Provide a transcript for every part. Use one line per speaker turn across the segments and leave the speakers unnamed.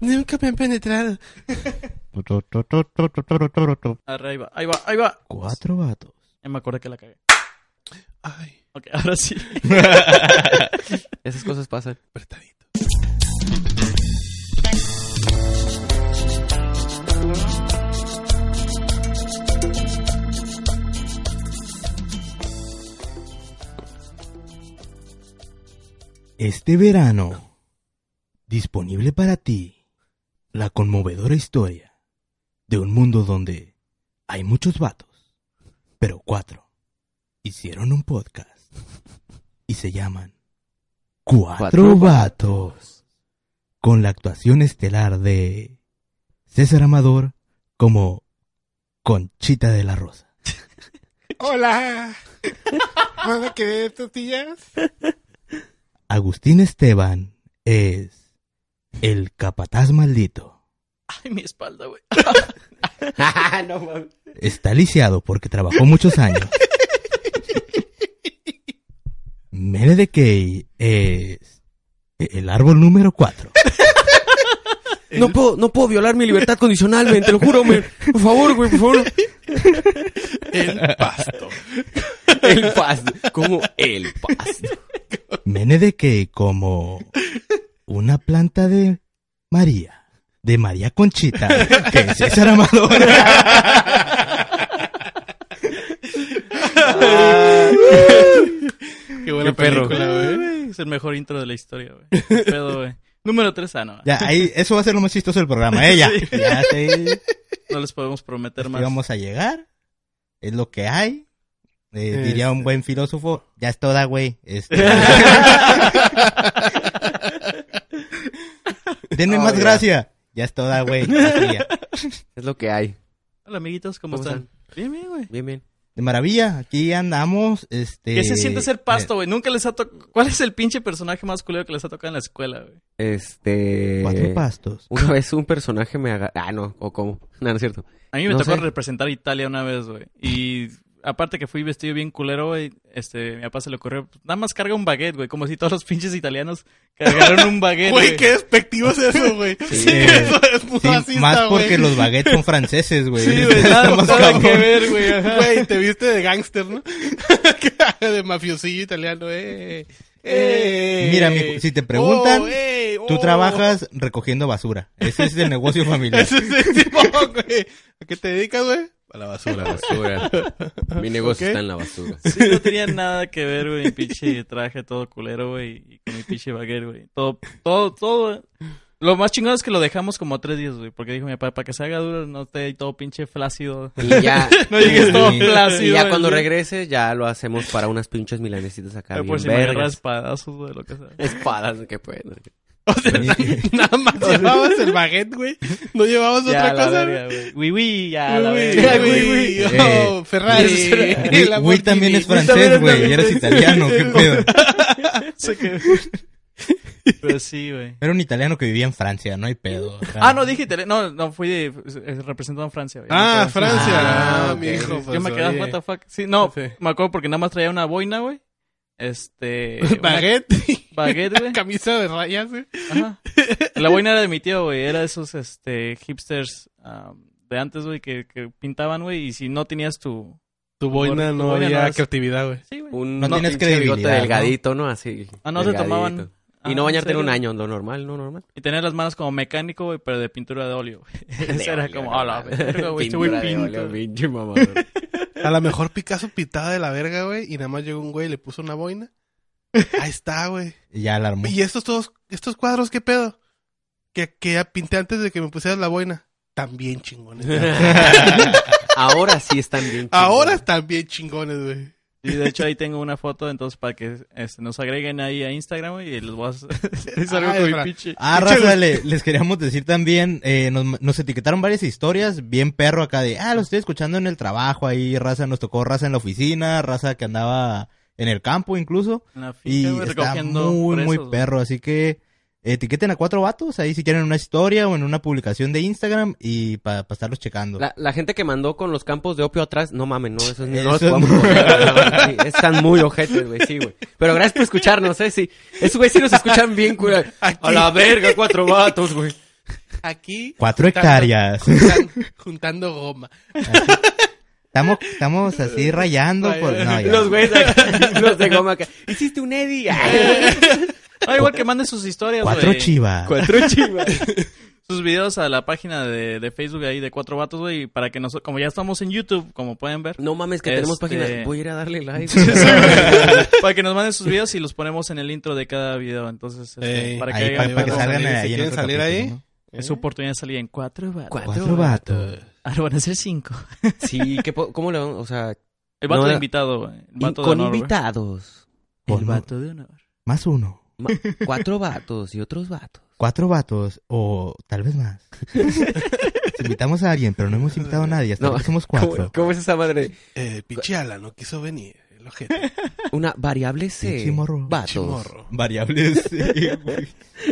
Nunca me han penetrado.
Arriba, ahí va, ahí va.
Cuatro vatos.
Ya me acordé que la cagué.
Ay,
Ok, ahora sí.
Esas cosas pasan.
apretadito. Este verano, disponible para ti, la conmovedora historia de un mundo donde hay muchos vatos, pero cuatro hicieron un podcast y se llaman Cuatro
Cuatro
Vatos, con la actuación estelar de César Amador como Conchita de la Rosa.
Hola. ¿Van a querer tortillas?
Agustín Esteban es el capataz maldito.
Ay, mi espalda, güey.
no mames.
Está lisiado porque trabajó muchos años. Mele de Key es el árbol número 4.
No puedo, no puedo violar mi libertad condicional, men, te lo juro, men. Por favor, güey, por favor.
El pasto.
El pasto. Como el pasto.
Mene de Key como una planta de María. De María Conchita, que es César Amador.
Qué buena
perro.
película,
¿eh?
güey. Es el mejor intro de la historia, güey. Qué Pedo, güey. Número 3, ah, no.
Ya, ahí, eso va a ser lo más chistoso del programa, ¿eh? Ya, ya sé
No les podemos prometer
que
más.
vamos a llegar. Es lo que hay. Eh,
Este.
Diría un buen filósofo, ya es toda, güey. Este... Denme
Oh,
más
ya.
gracia. Ya es toda, güey. Así ya.
Es lo que hay.
Hola, amiguitos, ¿cómo,
¿Cómo
están? Bien, bien, güey.
Bien, bien.
De maravilla, aquí andamos, este...
¿Qué se siente ser pasto, güey? Nunca les ha tocado... ¿Cuál es el pinche personaje más culero que les ha tocado en la escuela, güey?
Este.
eh, Cuatro pastos.
Una vez un personaje me haga. Ah, no, o cómo. No, no es cierto.
A mí me
No
tocó
sé.
representar a Italia una vez, güey. Y aparte que fui vestido bien culero, güey, este, mi papá se le ocurrió, "Pues, nada más carga un baguette, güey, como si todos los pinches italianos cargaron un baguette,
Güey,
güey.
qué despectivo es eso, güey. Sí, eso es muy
Sí,
racista,
más
güey.
porque los baguettes son franceses, güey.
Sí, güey,
Está
nada,
más
nada
cabrón.
que ver, güey, ajá.
Güey, te viste de gángster, ¿no? de mafiosillo italiano, eh. eh.
Mira, mijo, si te preguntan,
eh,
Tú
oh.
trabajas recogiendo basura. Ese es el negocio familiar.
Ese es el tipo, güey. ¿A qué te dedicas, güey?
A la basura, basura. Mi negocio
Ok.
está en la basura.
Sí, no tenía nada que ver, güey, mi pinche traje todo culero, güey, y con mi pinche baguette, güey. Todo, todo, todo. güey. Lo más chingón es que lo dejamos como tres días, güey, porque dijo mi papá, para que se haga duro, no esté ahí todo pinche flácido.
Y ya.
No llegues todo
Sí.
flácido.
Y ya
güey.
cuando regrese, ya lo hacemos para unas pinches milanesitas acá.
Ay,
Bien
Por si me agarra
vergas.
espadazos, güey, lo que sea.
Espadas, que puede.
Nada más llevabas el baguette, güey. No llevabas
Ya,
otra
la
cosa,
verga, güey. Uy, uy, ya, Ah, la
güey.
verga.
Güey,
güey.
güey, güey.
güey.
Oh, Ferrari.
Güey,
el
Will también
Lamborghini.
es francés, güey. Y eres italiano, qué pedo.
Se quedó. Pero sí, güey.
Era un italiano que vivía en Francia, no hay pedo. o sea.
Ah, no, dije Italia. No, no, fui de, eh, representando a Francia. güey.
Ah,
Me acuerdo.
Francia.
Ah,
Ah,
ok.
mi hijo.
Yo me quedaba, what the fuck. Sí, no,
Sí.
me acuerdo porque nada más traía una boina, güey. Este. una
Baguette.
Baguette, güey.
Camisa de rayas, güey.
Ajá. La boina era de mi tío, güey. Era de esos este, hipsters um, de antes, güey, que, que pintaban, güey. Y si no tenías tu.
Tu
boina
boina
no
no
había
había creatividad, güey.
Sí, güey.
Un
No tienes
pinche bigote
credibilidad, ¿no?
delgadito, ¿no? Así.
Ah, no, te
delgadito.
tomaban-
Y no
Ah,
bañarte en
serio?
un año, lo normal, no normal.
Y tener las manos como mecánico, güey, pero de pintura de óleo. güey. Eso era
De
como,
óleo,
a la
no
verga, güey, este güey
Pintura de
pinta.
óleo, pinche mamador.
A lo mejor Picasso pitaba de la verga, güey. Y nada más llegó un güey y le puso una boina. Ahí está, güey.
Y Ya alarmó.
Y estos todos, estos cuadros, ¿qué pedo? Que, que ya pinté antes de que me pusieras la boina. También chingones. güey.
Ahora sí están bien.
Ahora
chingones.
están bien chingones, güey.
Y de hecho ahí tengo una foto, entonces para que este, nos agreguen ahí a Instagram, güey, y les voy a hacer algo
Ay,
con mi
fra-
pinche.
Ah, raza, le- les queríamos decir también, eh, nos, nos etiquetaron varias historias, bien perro acá de, ah, lo estoy escuchando en el trabajo, ahí raza, nos tocó raza en la oficina, raza que andaba en el campo incluso,
en la finca,
y
güey,
está
recogiendo
muy, muy
presos, güey.
perro, así que etiqueten a cuatro vatos, ahí si quieren una historia o en una publicación de Instagram y para estarlos checando.
La, la gente que mandó con los campos de opio atrás, no mames, no, esos no
Eso
los
es-
podemos poner, no, sí, están muy ojetes, güey, sí, güey. Pero gracias por escucharnos, eh, sí. Esos güey sí nos escuchan bien, güey. A la verga, cuatro vatos, güey.
Aquí.
Cuatro
juntando-
hectáreas.
juntan- juntando goma.
Estamos, estamos así rayando. por- Pues no, ya.
Los güeyes acá, los de goma acá. Hiciste un Eddie.
Ah, igual que manden sus historias,
Cuatro
güey.
chivas.
Cuatro chivas.
Sus videos a la página de, de Facebook ahí de Cuatro Vatos, güey. Para que nosotros, como ya estamos en YouTube, como pueden ver.
No mames, que tenemos
Este-
página. Voy a ir a darle like.
para que nos manden sus videos y los ponemos en el intro de cada video. Entonces, este,
Ey,
para que,
Ahí,
haya-
para, para que
vamos a
salgan
salir, si
ahí. en
quieren
otro
salir
capítulo,
ahí.
¿no?
es su oportunidad de salir en Cuatro Vatos.
Cuatro
Eh,
vatos.
Ahora van a ser cinco.
Sí, ¿qué po- ¿cómo le vamos? O sea,
El vato
No,
de
no.
invitado, güey. El
in-
vato de
con
honor, güey.
invitados.
El
Con-
vato de honor.
Más uno.
Ma- Cuatro vatos y otros vatos.
Cuatro vatos o tal vez más. Si invitamos a alguien, pero no hemos invitado a nadie. Hasta
No.
ahora somos
¿Cómo,
cuatro.
cómo es esa madre?
Eh, pinche Alan no quiso venir. El ojete.
Una variable C.
Pinche morro.
Vatos.
Chimorro.
Variables.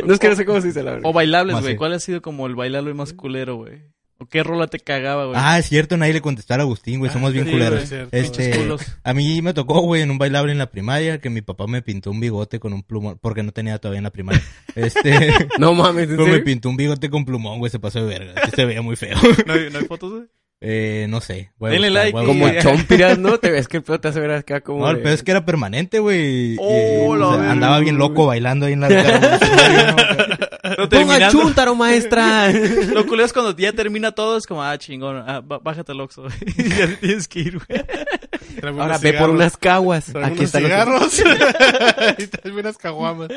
No es que no sé cómo se dice la verdad.
O bailables,
Más
güey.
sí.
¿Cuál ha sido como el bailable más culero, güey? ¿O qué rola te cagaba, güey?
ah, es cierto, nadie le contestó a Agustín, güey. Somos
Ah,
bien
sí, güey,
culeros.
es cierto.
Los
este,
culos.
a mí me tocó, güey, en un bailable en la primaria que mi papá me pintó un bigote con un plumón. Porque no tenía todavía en la primaria. Este.
No mames, ¿en
Pero me
serio?
pintó un bigote con plumón, güey, se pasó de verga. Sí se veía muy feo.
¿No, hay, no hay fotos, güey?
Eh, no sé. voy a
Denle
buscar,
like
voy a
y-
Como
buscar.
Sí.
chompiras, ¿no? Te ves que el pedo te hace ver acá como.
No, el
de-
pedo es que era permanente, güey. y-
Oh,
y,
la
o sea,
verga,
andaba bien
güey.
loco bailando ahí en la verga, ¿no?
No,
¡Ponga
terminando.
chúntaro, maestra!
Lo culero es cuando ya termina todo, es como, ah, chingón, ah, bá- bájate el oxo, güey. ya te tienes que ir, güey.
Tráeme
Ahora
unos
ve por
cigarros.
unas caguas.
Tráeme
Aquí
unos
están los-
cigarros. y tráeme unas caguamas.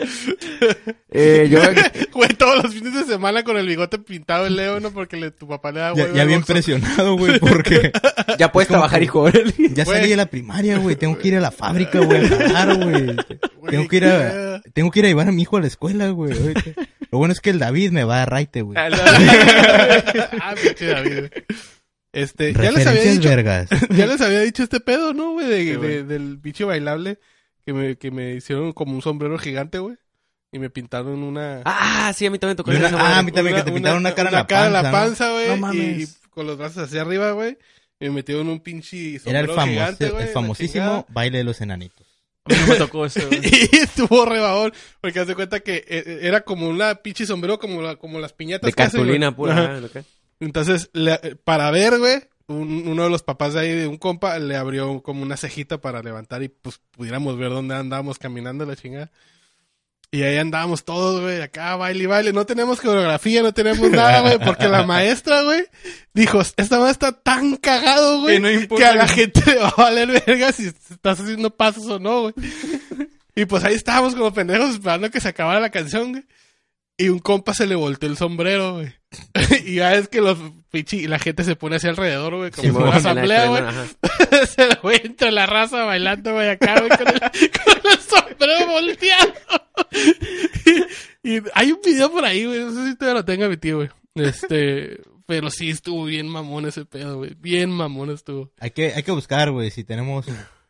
Eh, yo.
Güey, todos los fines de semana con el bigote pintado el Leo, ¿no? Porque le- tu papá le da
Ya,
hueva
ya
al
bien
boxeo.
presionado, güey, porque
Ya puedes
Es como
trabajar,
que-
hijo. órale.
ya salí
Güey.
de la primaria, güey. Tengo que ir a la fábrica, güey, a jalar, güey.
Güey,
Tengo que ir a, tengo que ir a llevar a mi hijo a la escuela, güey. ahorita. Lo bueno es que el David me va a raite, güey.
ah, pinche David. güey. Este, ya les había
Referencias
dicho,
vergas.
ya les había dicho este pedo, ¿no, güey? De-
Sí,
de-
güey.
del bicho bailable que me, que me hicieron como un sombrero gigante, güey. Y me pintaron una...
Ah, sí, a mí también me tocó.
Y una-
esa madre.
ah, a mí también que te pintaron una cara en la
en la
panza,
panza, güey.
No mames.
Y con los brazos hacia arriba, güey. Y me metieron un pinche
Era el,
sombrero
famoso,
gigante, güey,
el
la
famosísimo
chingada.
baile de los enanitos.
A mí no me tocó eso, güey.
y estuvo rebabón, porque hace cuenta que eh, era como una pinche sombrero, como, la- como las piñatas
De
que hacen, güey.
cartulina pura.
Ajá.
ah, ok.
Entonces, le- eh, para ver, güey, un- uno de los papás de ahí, de un compa, le abrió como una cejita para levantar y pues pudiéramos ver dónde andábamos caminando la chingada. Y ahí andábamos todos, güey, acá baile y baile. No tenemos coreografía, no tenemos nada, güey, porque la maestra, güey, dijo, esta madre está tan cagado, güey,
Que no importa,
que a la
güey.
gente le va a valer verga si estás haciendo pasos o no, güey. Y pues ahí estábamos como pendejos esperando que se acabara la canción, güey. Y un compa se le volteó el sombrero, güey. y ya es que los pichi, y la gente se pone hacia alrededor, güey, como
Sí,
en
me voy
una
a poner la
asamblea, güey.
cadena, ajá.
se lo güey entre la raza bailando, güey, acá, güey, con el, con el sombrero volteado. y, y hay un video por ahí, güey, no sé si todavía lo tenga mi tío, güey. Este, pero sí estuvo bien mamón ese pedo, güey. Bien mamón estuvo.
Hay que, hay que buscar, güey, si tenemos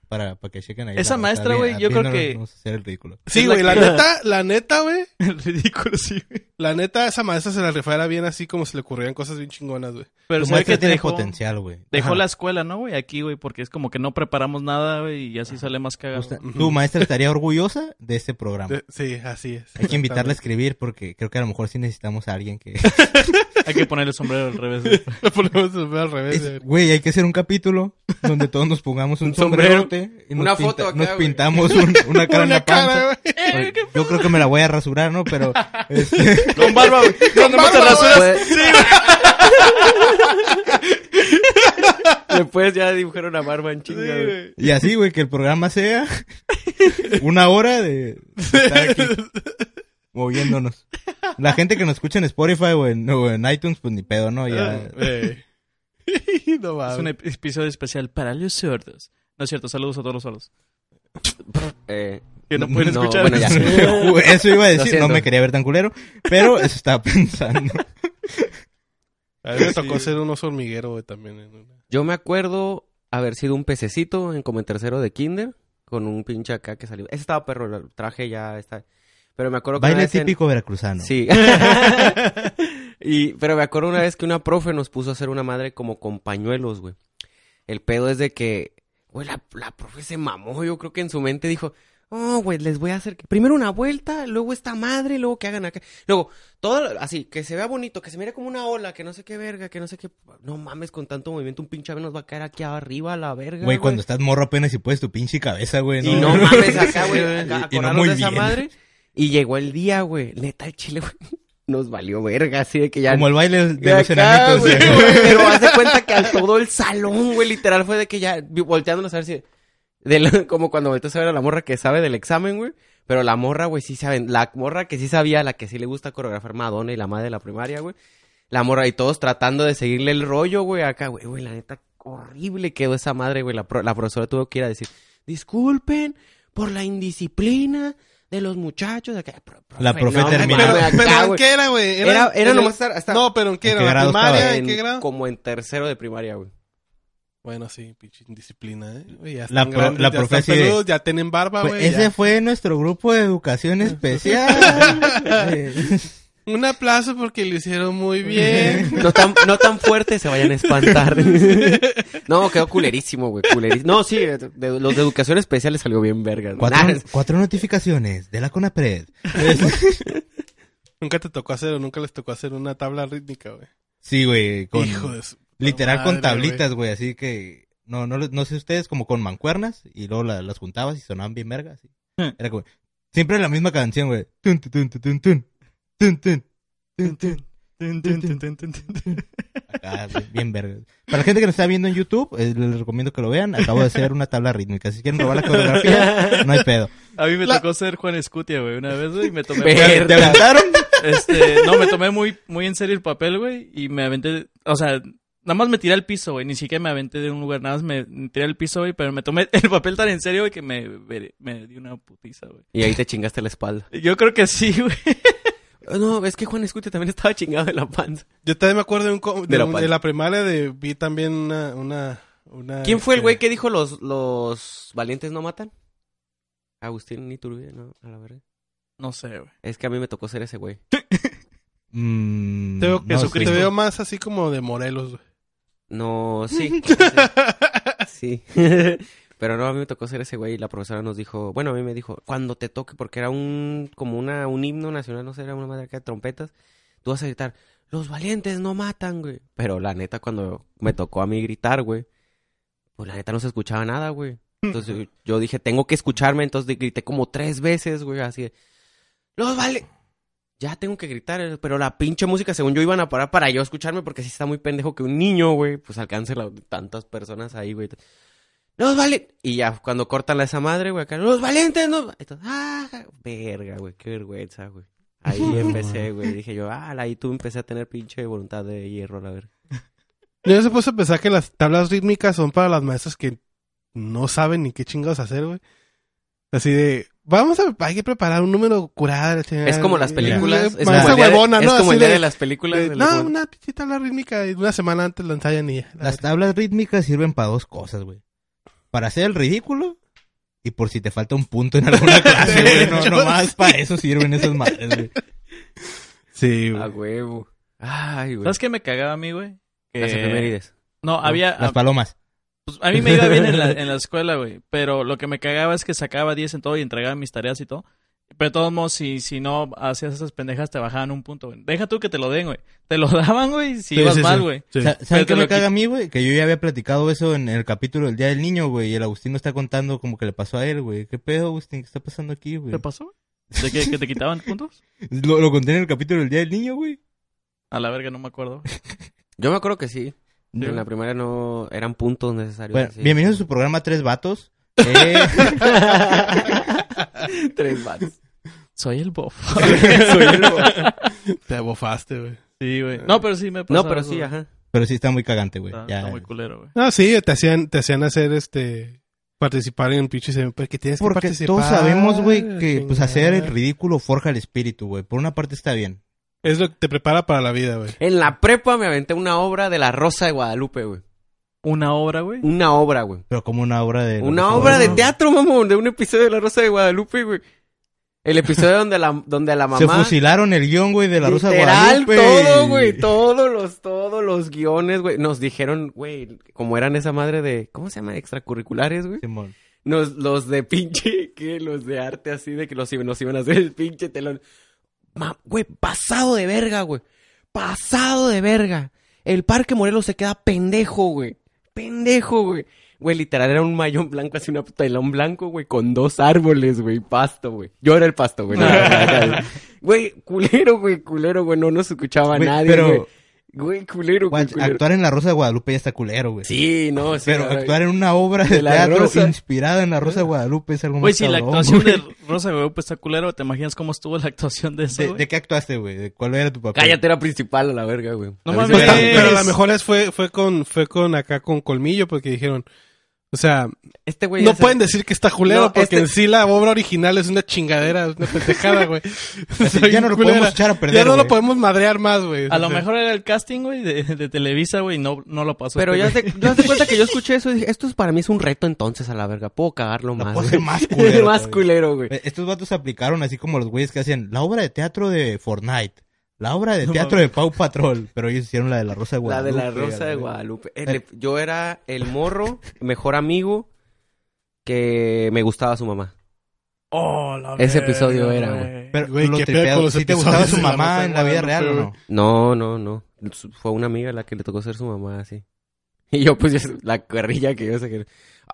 para, para que chequen ahí.
Esa
la-
maestra,
bien-
güey, yo
bien
creo
no
que-
Vamos a hacer el ridículo.
Sí,
Es la
güey, la
que-
neta, la neta, güey.
Ridículo, sí, güey.
La neta, esa maestra se la rifara bien así como se le ocurrían cosas bien chingonas, güey.
Pero
Tu
se ve
maestra
que te
tiene
dejó,
potencial, güey.
dejó
Ajá.
la escuela, ¿no, güey? Aquí, güey, porque es como que no preparamos nada, güey, y así sale más cagado.
Gusta-
Ujú.
Tu maestra estaría orgullosa de este programa.
De- sí, así es.
Hay que invitarla a escribir porque creo que a lo mejor sí necesitamos a alguien que...
Hay que poner el sombrero al revés, güey.
Lo ponemos el pedo al revés, eh.
Es-
güey.
Güey, hay que hacer un capítulo donde todos nos pongamos un,
Un sombrero,
sombrerote y nos,
una foto acá,
nos
güey.
pintamos un- una cara en
Una
la panza.
cara, güey.
Oye, Yo creo que me la voy a rasurar, ¿no? Pero este,
Con barba, güey.
Con
Nomás te
barba,
rasuras.
Puede-
Sí, güey.
Le puedes ya dibujar una barba en chinga, güey.
y así, güey, que el programa sea una hora de de estar aquí moviéndonos. La gente que nos escucha en Spotify o en, o en iTunes, pues ni pedo, ¿no? Ya,
Eh. no mames.
Es un ep- episodio especial para los sordos. No es cierto, saludos a todos los sordos.
Eh,
Que no pueden
No,
escuchar.
bueno, ya.
Uy, Eso iba a
Lo
decir,
siento.
no me quería ver tan culero, pero eso estaba pensando.
A mí me tocó ser un oso hormiguero, güey, también. en una-
yo me acuerdo haber sido un pececito en como en tercero de kinder con un pinche acá que salió. Ese estaba perro, el traje ya está. Pero me acuerdo que una
Baile
vez en-
típico veracruzano.
Sí. y, pero me acuerdo una vez que una profe nos puso a hacer una madre como con pañuelos, güey. El pedo es de que, güey, la, la profe se mamó. Yo creo que en su mente dijo, Oh, güey, les voy a hacer que- primero una vuelta, luego esta madre, luego que hagan acá. Luego, todo lo- así, que se vea bonito, que se mire como una ola, que no sé qué verga, que no sé qué. No mames, con tanto movimiento, un pinche avión nos va a caer aquí arriba a la verga.
Güey, cuando estás morro apenas y puedes tu pinche cabeza, güey.
Y no mames acá, güey. acá,
Y- y no
acordarnos
muy
de esa
bien.
madre. Y llegó el día, güey. Neta, el chile, güey. Nos valió verga, así de que ya.
Como el baile de
de
los
acá,
enanitos.
güey,
güey.
Pero haz de cuenta que al todo el salón, güey, literal fue de que ya vi- volteándonos a ver si. de la- como cuando volteas a ver a la morra que sabe del examen, güey. Pero la morra, güey, sí saben. La morra que sí sabía, la que sí le gusta coreografar Madonna y la madre de la primaria, güey. La morra y todos tratando de seguirle el rollo, güey, acá, güey, güey, la neta, horrible quedó esa madre, güey. La, pro- la profesora tuvo que ir a decir, disculpen por la indisciplina de los muchachos. Acá, "Pro- profe,
La profe
no,
terminó.
mames,
Pero,
acá,
pero ¿en
güey".
qué era, güey?
Era, era
en
nomás
el-
estar hasta...
No, pero ¿en qué
¿En
era?
qué
¿La
grado
primaria?
estaba?
¿En qué
en-
grado?
Como en tercero de primaria, güey.
Bueno, sí, pinche indisciplina, ¿eh? Güey, ya
La
están
pro-
grandes,
la
ya están
profe sí de-
peludos, ya tienen barba,
Pues
güey.
ese
ya.
fue nuestro grupo de educación especial.
Un aplauso porque lo hicieron muy
Pues
bien.
No tan, no tan fuerte se vayan a espantar. no, quedó culerísimo, güey. culerísimo. No, sí, de- de- los de educación especial les salió bien verga.
cuatro,
Nah,
cuatro notificaciones de la CONAPRED.
nunca te tocó hacer o nunca les tocó hacer una tabla rítmica, güey.
Sí, güey. con-
Hijo de su puta
Literal
madre,
con tablitas, güey. Así que... No, no, no sé ustedes, como con mancuernas. Y luego la- las juntabas y sonaban bien verga. así. Era como... Siempre la misma canción, güey. Tun, tun, tun, tun, tun. Tun, tun, tun, tun. Acá, bien- bien verga. Para la gente que nos está viendo en YouTube, eh, les recomiendo que lo vean. Acabo de hacer una tabla rítmica. Si quieren robar la coreografía, no hay pedo.
A mí me
La-
tocó ser Juan Escutia, güey, una vez, güey, y me tomé...
Verga.
¿Te aventaron?
Este, no, me tomé muy, muy en serio el papel, güey, y me aventé, o sea, nada más me tiré al piso, güey, ni siquiera me aventé de un lugar, nada más me tiré al piso, güey, pero me tomé el papel tan en serio, güey, que me, me, me dio una putiza, güey.
Y ahí te chingaste la espalda. Ah,
Yo creo que sí, güey.
No, es que Juan Escute también estaba chingado de la panza.
Yo también me acuerdo de, un co- de,
De la
un-
pal-
de la primaria de vi también una... una, una
¿Quién fue el
este,
güey que dijo los, los valientes no matan? Agustín Iturbide, no, a la verga.
No sé, güey.
Es que a mí me tocó ser ese güey.
Mm,
Te veo,
no,
Jesucristo,
sí.
te veo más así como de Morelos, güey.
No, sí. Sí. Pero no, a mí me tocó ser ese güey y la profesora nos dijo, bueno, a mí me dijo, cuando te toque, porque era un, como una, un himno nacional, no sé, era una madre acá de trompetas, tú vas a gritar, los valientes no matan, güey. Pero la neta, cuando me tocó a mí gritar, güey, pues la neta no se escuchaba nada, güey. Entonces yo dije, tengo que escucharme, entonces di- grité como tres veces, güey, así de, los vale. Ya tengo que gritar, eh, pero la pinche música, según yo, iban a parar para yo escucharme, porque si está muy pendejo que un niño, güey, pues alcance la- tantas personas ahí, güey. Los valientes. Y ya, cuando cortan a esa madre, güey, acá, los valientes, no. Entonces, ah, ja- verga, güey, qué vergüenza, güey. Ahí empecé, güey. Dije yo, ah, ahí tú empecé a tener pinche voluntad de hierro, la verga.
Yo se puse a pensar que las tablas rítmicas son para las maestras que no saben ni qué chingados hacer, güey. Así de, vamos a, hay que preparar un número curado. la chingada.
Es como las
Y-
películas.
y-
Es como
maestra
el día de,
huevona,
es
¿no?
como
Así
el día
de-
de las películas.
de,
de las
no,
huevonas.
una pinche tabla rítmica y una semana antes la ensayan y ya.
Las tablas rítmicas sirven para dos cosas, güey. Para hacer el ridículo y por si te falta un punto en alguna clase, güey. No,
hecho,
nomás para eso sirven esas madres, güey.
Sí,
A
güey.
huevo. Ay, güey.
¿Sabes qué me cagaba a mí, güey? Que-
Las efemérides.
No, había...
Las palomas.
Pues, a mí me iba bien en la, en la escuela, güey. Pero lo que me cagaba es que sacaba 10 en todo y entregaba mis tareas y todo. Pero de todos modos, si, si no hacías esas pendejas, te bajaban un punto, güey. Deja tú que te lo den, güey. Te lo daban, güey, si
Sí,
ibas
sí, sí.
mal, güey.
Sí.
Sa-
Pero
¿Saben qué
te
me
lo
caga
quit-
a mí, güey? Que yo ya había platicado eso en el capítulo del Día del Niño, güey. Y el Agustín no está contando como que le pasó a él, güey. ¿Qué pedo, Agustín? ¿Qué está pasando aquí, güey?
¿Qué pasó, güey? ¿De qué? ¿Que te quitaban puntos?
Lo, lo conté en el capítulo del Día del Niño, güey.
A la verga, no me acuerdo. güey.
Yo me acuerdo que sí.
Sí.
En la primaria no eran puntos necesarios.
Bueno,
así.
bienvenidos a su programa Tres Vatos. Eh,
Tres vatos.
Soy el bof.
Te abofaste, güey. Ah,
Sí, güey. No, pero sí me pasó.
No, pero
eso,
sí,
güey.
ajá.
pero sí está muy cagante, güey.
Está,
Ya,
está muy culero, güey.
No, sí, te hacían, te hacían hacer este, participar en pinches eventos que tienes que
Porque
participar.
todos sabemos, güey, que pues
chingada.
hacer el ridículo forja el espíritu, güey. Por una parte está bien.
Es lo que te prepara para la vida, güey.
En la prepa me aventé una obra de La Rosa de Guadalupe, güey.
Una obra, güey.
Una obra, güey.
Pero como una obra de...
Una obra de
¿no?
teatro, mamón, de un episodio de La Rosa de Guadalupe, güey. El episodio donde la, donde la mamá...
Se fusilaron el guión, güey, de la Rosa de
Literal,
Guadalupe.
todo, güey. Todos los, todos los guiones, güey. Nos dijeron, güey, como eran esa madre de... ¿Cómo se llama? Extracurriculares, güey.
Simón.
nos, los de pinche, que los de arte así, de que los, iban- nos iban a hacer el pinche telón. Ma- güey, pasado de verga, güey. Pasado de verga. El Parque Morelos se queda pendejo, güey. Pendejo, güey. Güey, literal, era un mayón blanco, así un telón blanco, güey, con dos árboles, güey, pasto, güey. Yo era el pasto, güey. nada, nada, nada. Güey, culero, güey, culero, güey, no nos escuchaba
Güey,
nadie,
pero-
güey. Güey, culero, güey,
Guacha,
culero.
actuar en La Rosa de Guadalupe ya está culero, güey.
Sí, no, sí.
Pero
la verdad.
actuar en una obra de,
De La
teatro
Rosa.
inspirada en La Rosa de Guadalupe es algo más
Güey, si la
cabrón,
actuación
güey.
de Rosa Guadalupe está culero, ¿te imaginas cómo estuvo la actuación de ese,
¿De,
güey?
de qué actuaste, güey? ¿De ¿Cuál era tu papel?
Cállate, era principal a la verga, güey.
No
A mí se
Pues
mames.
me-
tam- pero a lo
Es-
mejor es- fue, fue con, fue con acá con colmillo, porque dijeron, o sea,
Este güey
no
hace-
pueden decir que está culero,
No,
porque
este-
en sí la obra original es una chingadera, es una pendejada, güey.
Así,
Soy
Pues, ya no lo
culera.
podemos echar a perder,
Ya no
güey.
lo podemos madrear más, güey.
A lo
O sea,
mejor era el casting, güey, de, de Televisa, güey, y no, no lo pasó.
Pero ya
este güey.
te, yo te cuenta que yo escuché eso y dije, esto es- para mí es un reto entonces a la verga. Puedo cagarlo
La
más. güey.
puedo hacer más culero
más
todavía.
culero, güey.
Eh, Estos vatos aplicaron así como los güeyes que hacían la obra de teatro de Fortnite, la obra de
No
teatro de Pau Patrol, pero ellos hicieron la de la Rosa de
La de
Guadalupe.
la Rosa de
güey.
Guadalupe. El- yo era el morro, mejor amigo, que me gustaba su mamá.
Oh, la
Ese
verga,
episodio era,
Pero
Güey,
lo
qué pedo
tripeado,
con los
¿sí te
episodios
gustaba su
de La Rosa
mamá
de
en la vida real o no?
Guadalupe,
No, no, no. Su- Fue una amiga la que le tocó ser su mamá, así. Y yo, pues, yo- la carrilla que yo saqué.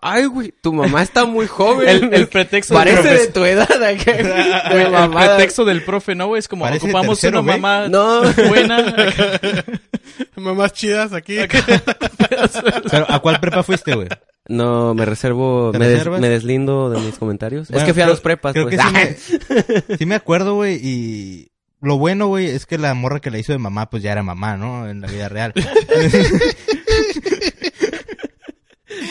Ay, güey, tu mamá está muy joven.
El, el pretexto
Parece
del
de
profe,
tu edad, acá.
güey,
Güey,
el
mamada.
pretexto del profe, ¿no, güey? Es como
Parece
ocupamos
tercero,
una
güey.
mamá
No.
buena.
Mamás chidas aquí.
Pero, ¿A cuál prepa fuiste, güey?
No, me reservo,
¿Te
me, des-
reservas?
me deslindo de mis comentarios.
Bueno,
es que fui a
creo-
los prepas,
creo
pues.
que sí me, sí me acuerdo, güey, y lo bueno, güey, es que la morra que la hizo de mamá, pues ya era mamá, ¿no? En la vida real.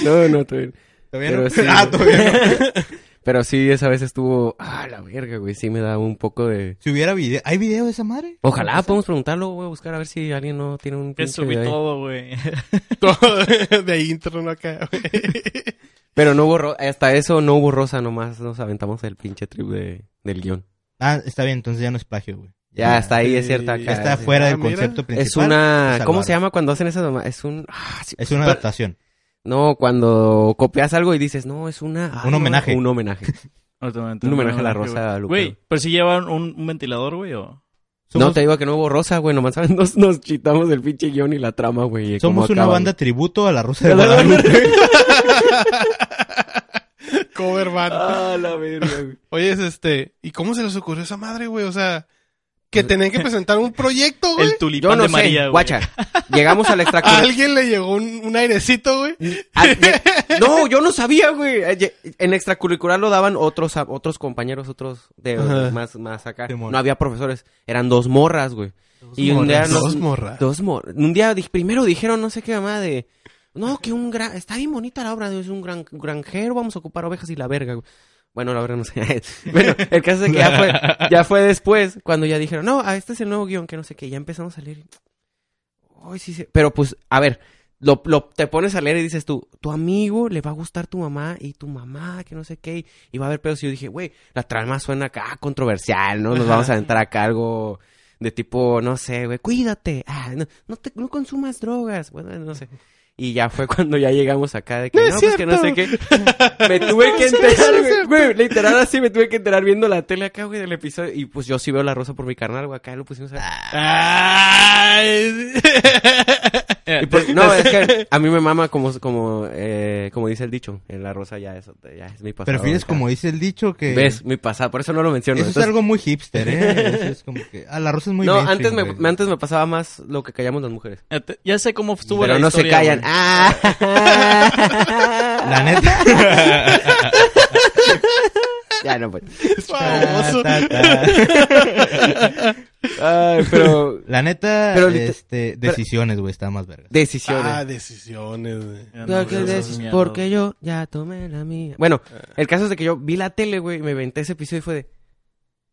No, no, todavía no.
¿Todavía no?
Pero sí,
ah,
güey.
todavía no.
Pero sí, esa vez estuvo... Ah, la verga, güey. Sí me da un poco de...
Si hubiera video, ¿hay video de esa madre?
Ojalá podemos preguntarlo, voy a buscar a ver si alguien no tiene un...
Que
pinche
subí
video ahí.
todo, güey.
Todo de intro, ¿no? Acá, güey.
Pero no hubo... ro- Hasta eso no hubo rosa, nomás nos aventamos el pinche trip de- del guión.
Ah, está bien, entonces ya no es plagio, güey.
Ya, hasta ahí es
sí,
cierta...
ya
Ah, Ya está
Ah, sí.
fuera
Ah,
del
mira.
concepto principal.
Es una...
lo
¿Cómo se
salvaron.
llama cuando hacen esas mamás? Es un... ah, sí,
Es una
pero-
adaptación.
No, cuando copias algo y dices, no, es una... ah,
Un
no,
homenaje.
Un homenaje.
Un
Un homenaje a la Rosa de Guadalupe.
Güey, pero si llevan un, un ventilador, güey, o...
Somos,
No, te digo que no hubo rosa, güey. Nomás ¿sabes? Nos, nos chitamos el pinche guión y la trama, güey. y cómo
somos una
acaba,
banda tributo a la Rosa de
güey.
Guadalupe.
Cover band.
Ah, la verga, güey.
Oye, es este, ¿y cómo se les ocurrió esa madre, güey? O sea,
Pues,
que tenían que presentar un proyecto, güey.
El tulipán
Yo no
de
sé,
María, güey.
guacha. Llegamos al
A
extracurricular.
alguien le llegó un, un airecito, güey.
Ah, ye- No, yo no sabía, güey. Eh, ye- En extracurricular lo daban otros, a- otros compañeros, otros de
Ajá.
más, más acá.
Simón.
No había profesores. Eran dos morras, güey. Y un día
morras.
nos-
Dos morras.
Dos mor- Un día di- primero dijeron, no sé qué mamá de. No, que un gran. Está bien bonita la obra de es un gran granjero, vamos a ocupar ovejas y la verga, güey. Bueno, la verga no sé. bueno, el caso es que ya fue, ya fue después, cuando ya dijeron, no, ah, este es el nuevo guión, que no sé qué, ya empezamos a leer. Ay, sí, se- Pero pues, a ver, lo, lo- te pones a leer y dices tú, tu amigo le va a gustar tu mamá y tu mamá, que no sé qué, y, y va a haber pedos. Y yo dije, güey, la trama suena acá controversial, ¿no? Nos vamos a entrar acá algo de tipo, no sé, güey, cuídate, ah, no, no te, no consumas drogas, bueno, no sé. Y ya fue cuando ya llegamos acá de que
No
no,
es
pues que no sé qué. Me tuve que enterar, güey, güey, literal así me tuve que enterar viendo la tele acá, güey, del episodio. Y pues yo sí veo la rosa por mi carnal, güey, acá lo pusimos a...
Ay.
Y pues, no, es que a mí me mama como, como, eh, como dice el dicho. eh, La rosa ya es, ya es mi pasado.
Prefieres,
acá.
como dice el dicho, que...
Ves, mi pasado. Por eso no lo menciono.
Eso es
Entonces-
algo muy hipster, ¿eh? Eso es como que... Ah, la Rosa es muy
no,
mainstream,
antes me,
güey.
me- antes me pasaba más lo que callamos las mujeres.
Ya te- Ya sé cómo estuvo
pero
la
no se
historia,
callan.
güey.
Ah.
La neta.
ya no, pues.
Es famoso.
Ta, ta, ta.
Ay, pero...
La neta,
Pero lite-
este, decisiones, güey, está más verga.
Decisiones.
Ah, decisiones, güey.
Ya no,
Creo Ah, que
güey,
des-
esas mierdas.
porque yo ya tomé la mía. Bueno, el caso es de que yo vi la tele, güey, y me inventé ese episodio y fue de...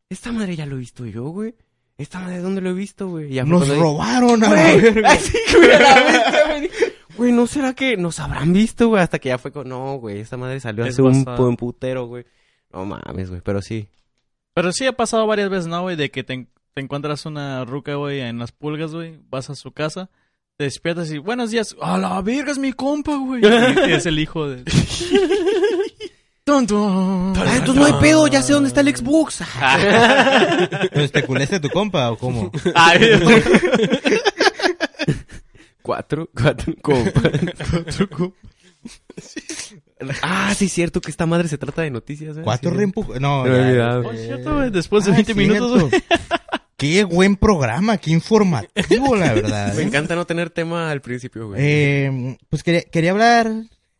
Esta madre ya lo he visto yo, güey. Esta madre, ¿dónde lo he visto, güey? Y ya fue
Nos
cuando dije,
robaron a la
Güey,
verga.
así, güey, a la bestia, güey. Dije, Güey, ¿no será que nos habrán visto, güey? Hasta que ya fue con... No, güey, esta madre salió
Es
hace un,
WhatsApp.
buen putero, güey. No mames, güey, pero sí.
Pero sí ha pasado varias veces, ¿no, güey? De que te, en- te encuentras una ruca, güey, en las pulgas, güey. Vas a su casa, te despiertas y... Buenos días. ¡A la verga, es mi compa, güey! Y es el hijo de...
Ah, entonces no hay pedo, ya sé dónde está el Xbox.
¿Pero especulaste a tu compa o cómo?
Cuatro, cuatro compas. ah, sí, es cierto que esta madre se trata de noticias. ¿eh?
Cuatro
Sí.
reempujos. No,
Me había
ya.
olvidado.
Por Oh, cierto, güey, después de
Ah,
20 minutos, güey.
cierto. Qué buen programa, qué informativo, la verdad.
Me encanta no tener tema al principio, güey.
Eh, pues quería, quería hablar,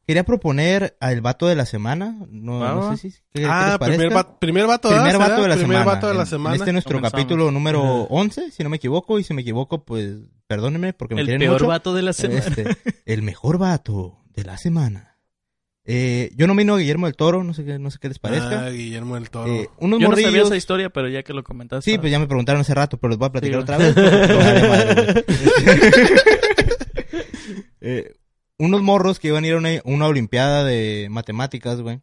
quería proponer al vato de la semana. No,
Va,
no
va.
sé si. ¿qué- qué
ah,
les parezca?
primer, va- primer vato, ¿verdad?
Primer
¿Será?
vato de la
Primer
semana.
vato de
En-
la
en
semana. Ah,
Este es nuestro
Comenzamos.
capítulo número
Ajá.
11, si no me equivoco. Y si me equivoco, pues perdónenme porque me
El
quieren
peor
mucho.
vato de la semana.
Este, el mejor vato de la semana. Eh, yo nomino a Guillermo del Toro, no sé qué, no sé qué les parezca.
Ah, Guillermo del Toro.
Eh, unos
Yo no
morrillos.
sabía esa historia, pero ya que lo comentaste.
Sí, pues ya me preguntaron hace rato, pero les voy a platicar
Sí,
otra vez. porque me vale madre, güey. Eh, unos morros que iban a ir a una, una olimpiada de matemáticas, güey.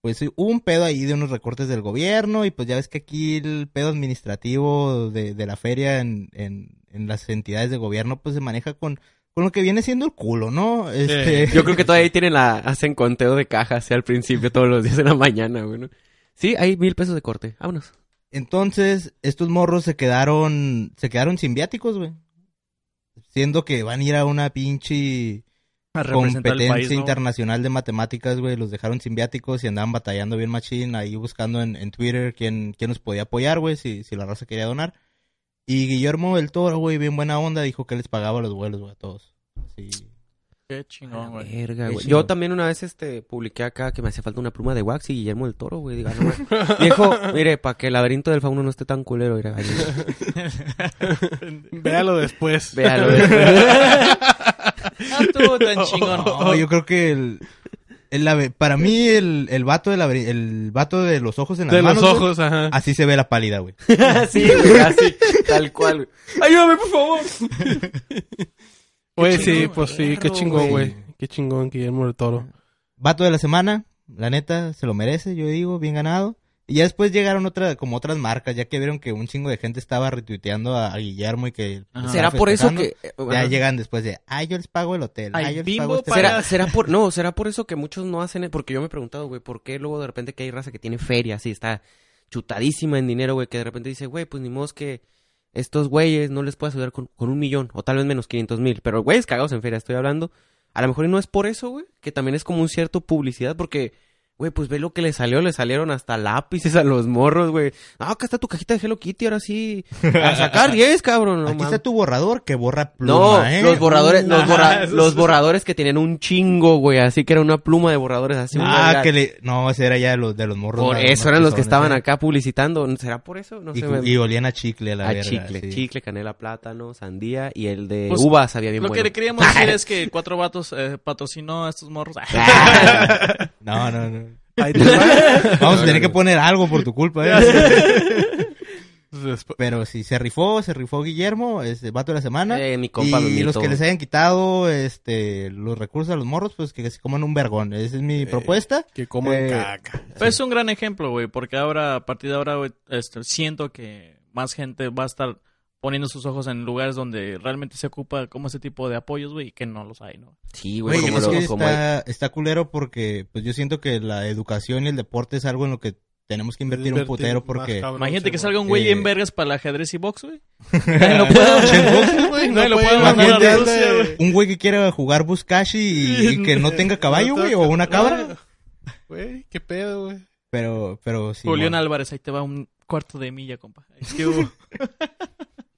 Pues sí, hubo un pedo ahí de unos recortes del gobierno y pues ya ves que aquí el pedo administrativo de, de la feria en, en, en las entidades de gobierno pues se maneja con, con lo que viene siendo el culo, ¿no? Este,
Yo creo que todavía ahí tienen la, hacen conteo de cajas eh, al principio todos los días en la mañana, güey. ¿no? Sí, hay mil pesos de corte. Vámonos.
Entonces, estos morros se quedaron, se quedaron sin viáticos, güey. Siendo que van a ir a una pinche
A
competencia
representar el país, ¿no?
internacional de matemáticas, güey. Los dejaron sin viáticos y andaban batallando bien machín, ahí buscando en, en Twitter quién, quién nos podía apoyar, güey, si, si la raza quería donar. Y Guillermo del Toro, güey, bien buena onda, dijo que les pagaba los vuelos, güey, a todos. Sí.
Qué chingón,
A la
güey.
verga,
Qué
güey.
chido.
Yo también una vez este publiqué acá que me hacía falta una pluma de wax y Guillermo del Toro, güey. Diga, no, mames. Viejo, mire, para que el laberinto del fauno no esté tan culero, mira, ahí,
Véalo después.
véalo, véalo.
No estuvo tan chingón.
No,
Oh.
yo creo que el, el labe- para mí el, el vato de la- el vato de los ojos en las
de los
manos, güey, Ah,
ojos, ajá.
así se ve la pálida, güey.
así, güey, así, tal cual. güey. Ayúdame, por favor.
Oye, sí,
chingón,
pues sí, qué
perro,
chingón,
güey.
güey. Qué chingón Guillermo del Toro.
Vato de la semana, la neta, se lo merece, yo digo, bien ganado. Y ya después llegaron otra, como otras marcas, ya que vieron que un chingo de gente estaba retuiteando a, a Guillermo y que...
Ajá.
estaba
¿Será por eso
festejando.
que eh,
Ya
bueno,
llegan después de, ay, yo les pago el hotel,
Ay,
ay, yo les
bimbo
pago este
para-
hotel".
Pues, ¿Será, será por, no, será por eso que muchos no hacen, porque yo me he preguntado, güey, ¿por qué luego de repente que hay raza que tiene feria, así, está chutadísima en dinero, güey, que de repente dice, güey, pues ni modo es que estos güeyes no les puedo ayudar con, con un millón, o tal vez menos 500 mil, pero güeyes cagados en feria, estoy hablando, a lo mejor y no es por eso, güey, que también es como un cierto publicidad, porque, güey, pues ve lo que le salió, le salieron hasta lápices a los morros, güey, ah, acá está tu cajita de Hello Kitty, ahora sí, a sacar 10, cabrón, no
Aquí
mames.
está tu borrador que borra
No,
pluma, ¿eh?
los borradores,
Uh,
los, borra-
Ajá, eso
los
sí.
borradores que tenían un chingo, güey, así que era una pluma de borradores así. una
Ah,
larga.
que le... No, ese era ya de los, de los morros.
Por
más-
eso
más
eran los que
pisones,
estaban
¿eh?
acá publicitando, ¿será por eso? No
Y,
sé,
cu-
me-
y olían a chicle, a la
a
verga,
chicle,
sí.
chicle, canela, plátano, sandía y el de
Pues,
uva sabía bien
Lo que
bueno.
le queríamos decir es que Cuatro Vatos eh, patrocinó a estos morros.
No, no, no.
Ahí te va.
Vamos a tener que poner algo por tu culpa, ¿eh?
Después-
Pero sí, se rifó, se rifó Guillermo, este vato de la semana.
Eh, mi compa
y
Memito.
los que les hayan quitado este los recursos a los morros, pues que se coman un vergón. Esa es mi
Eh,
propuesta.
que coman
Eh,
caca.
Pero es un gran ejemplo, güey, porque ahora, a partir de ahora, güey, este, siento que más gente va a estar poniendo sus ojos en lugares donde realmente se ocupa como ese tipo de apoyos, güey, y que no los hay, ¿no?
Sí, güey,
Güey,
como
es
lo-
que
como
está, está culero porque pues yo siento que la educación y el deporte es algo en lo que tenemos que invertir, un putero
más
porque...
cabrón,
Imagínate
sí,
que
güey.
salga un güey
Eh.
en vergas para el ajedrez y box, güey.
no puedo.
Güey,
Nadie lo
puede
puede
mandar a
mandar a
Rusia, güey.
Un güey que quiera jugar Buskashi y, y que no tenga caballo, güey, o una cabra.
Ah. Güey, qué pedo, güey.
Pero, pero sí.
Julián
bueno,
Álvarez, ahí te va un cuarto de milla, compa. Es que hubo.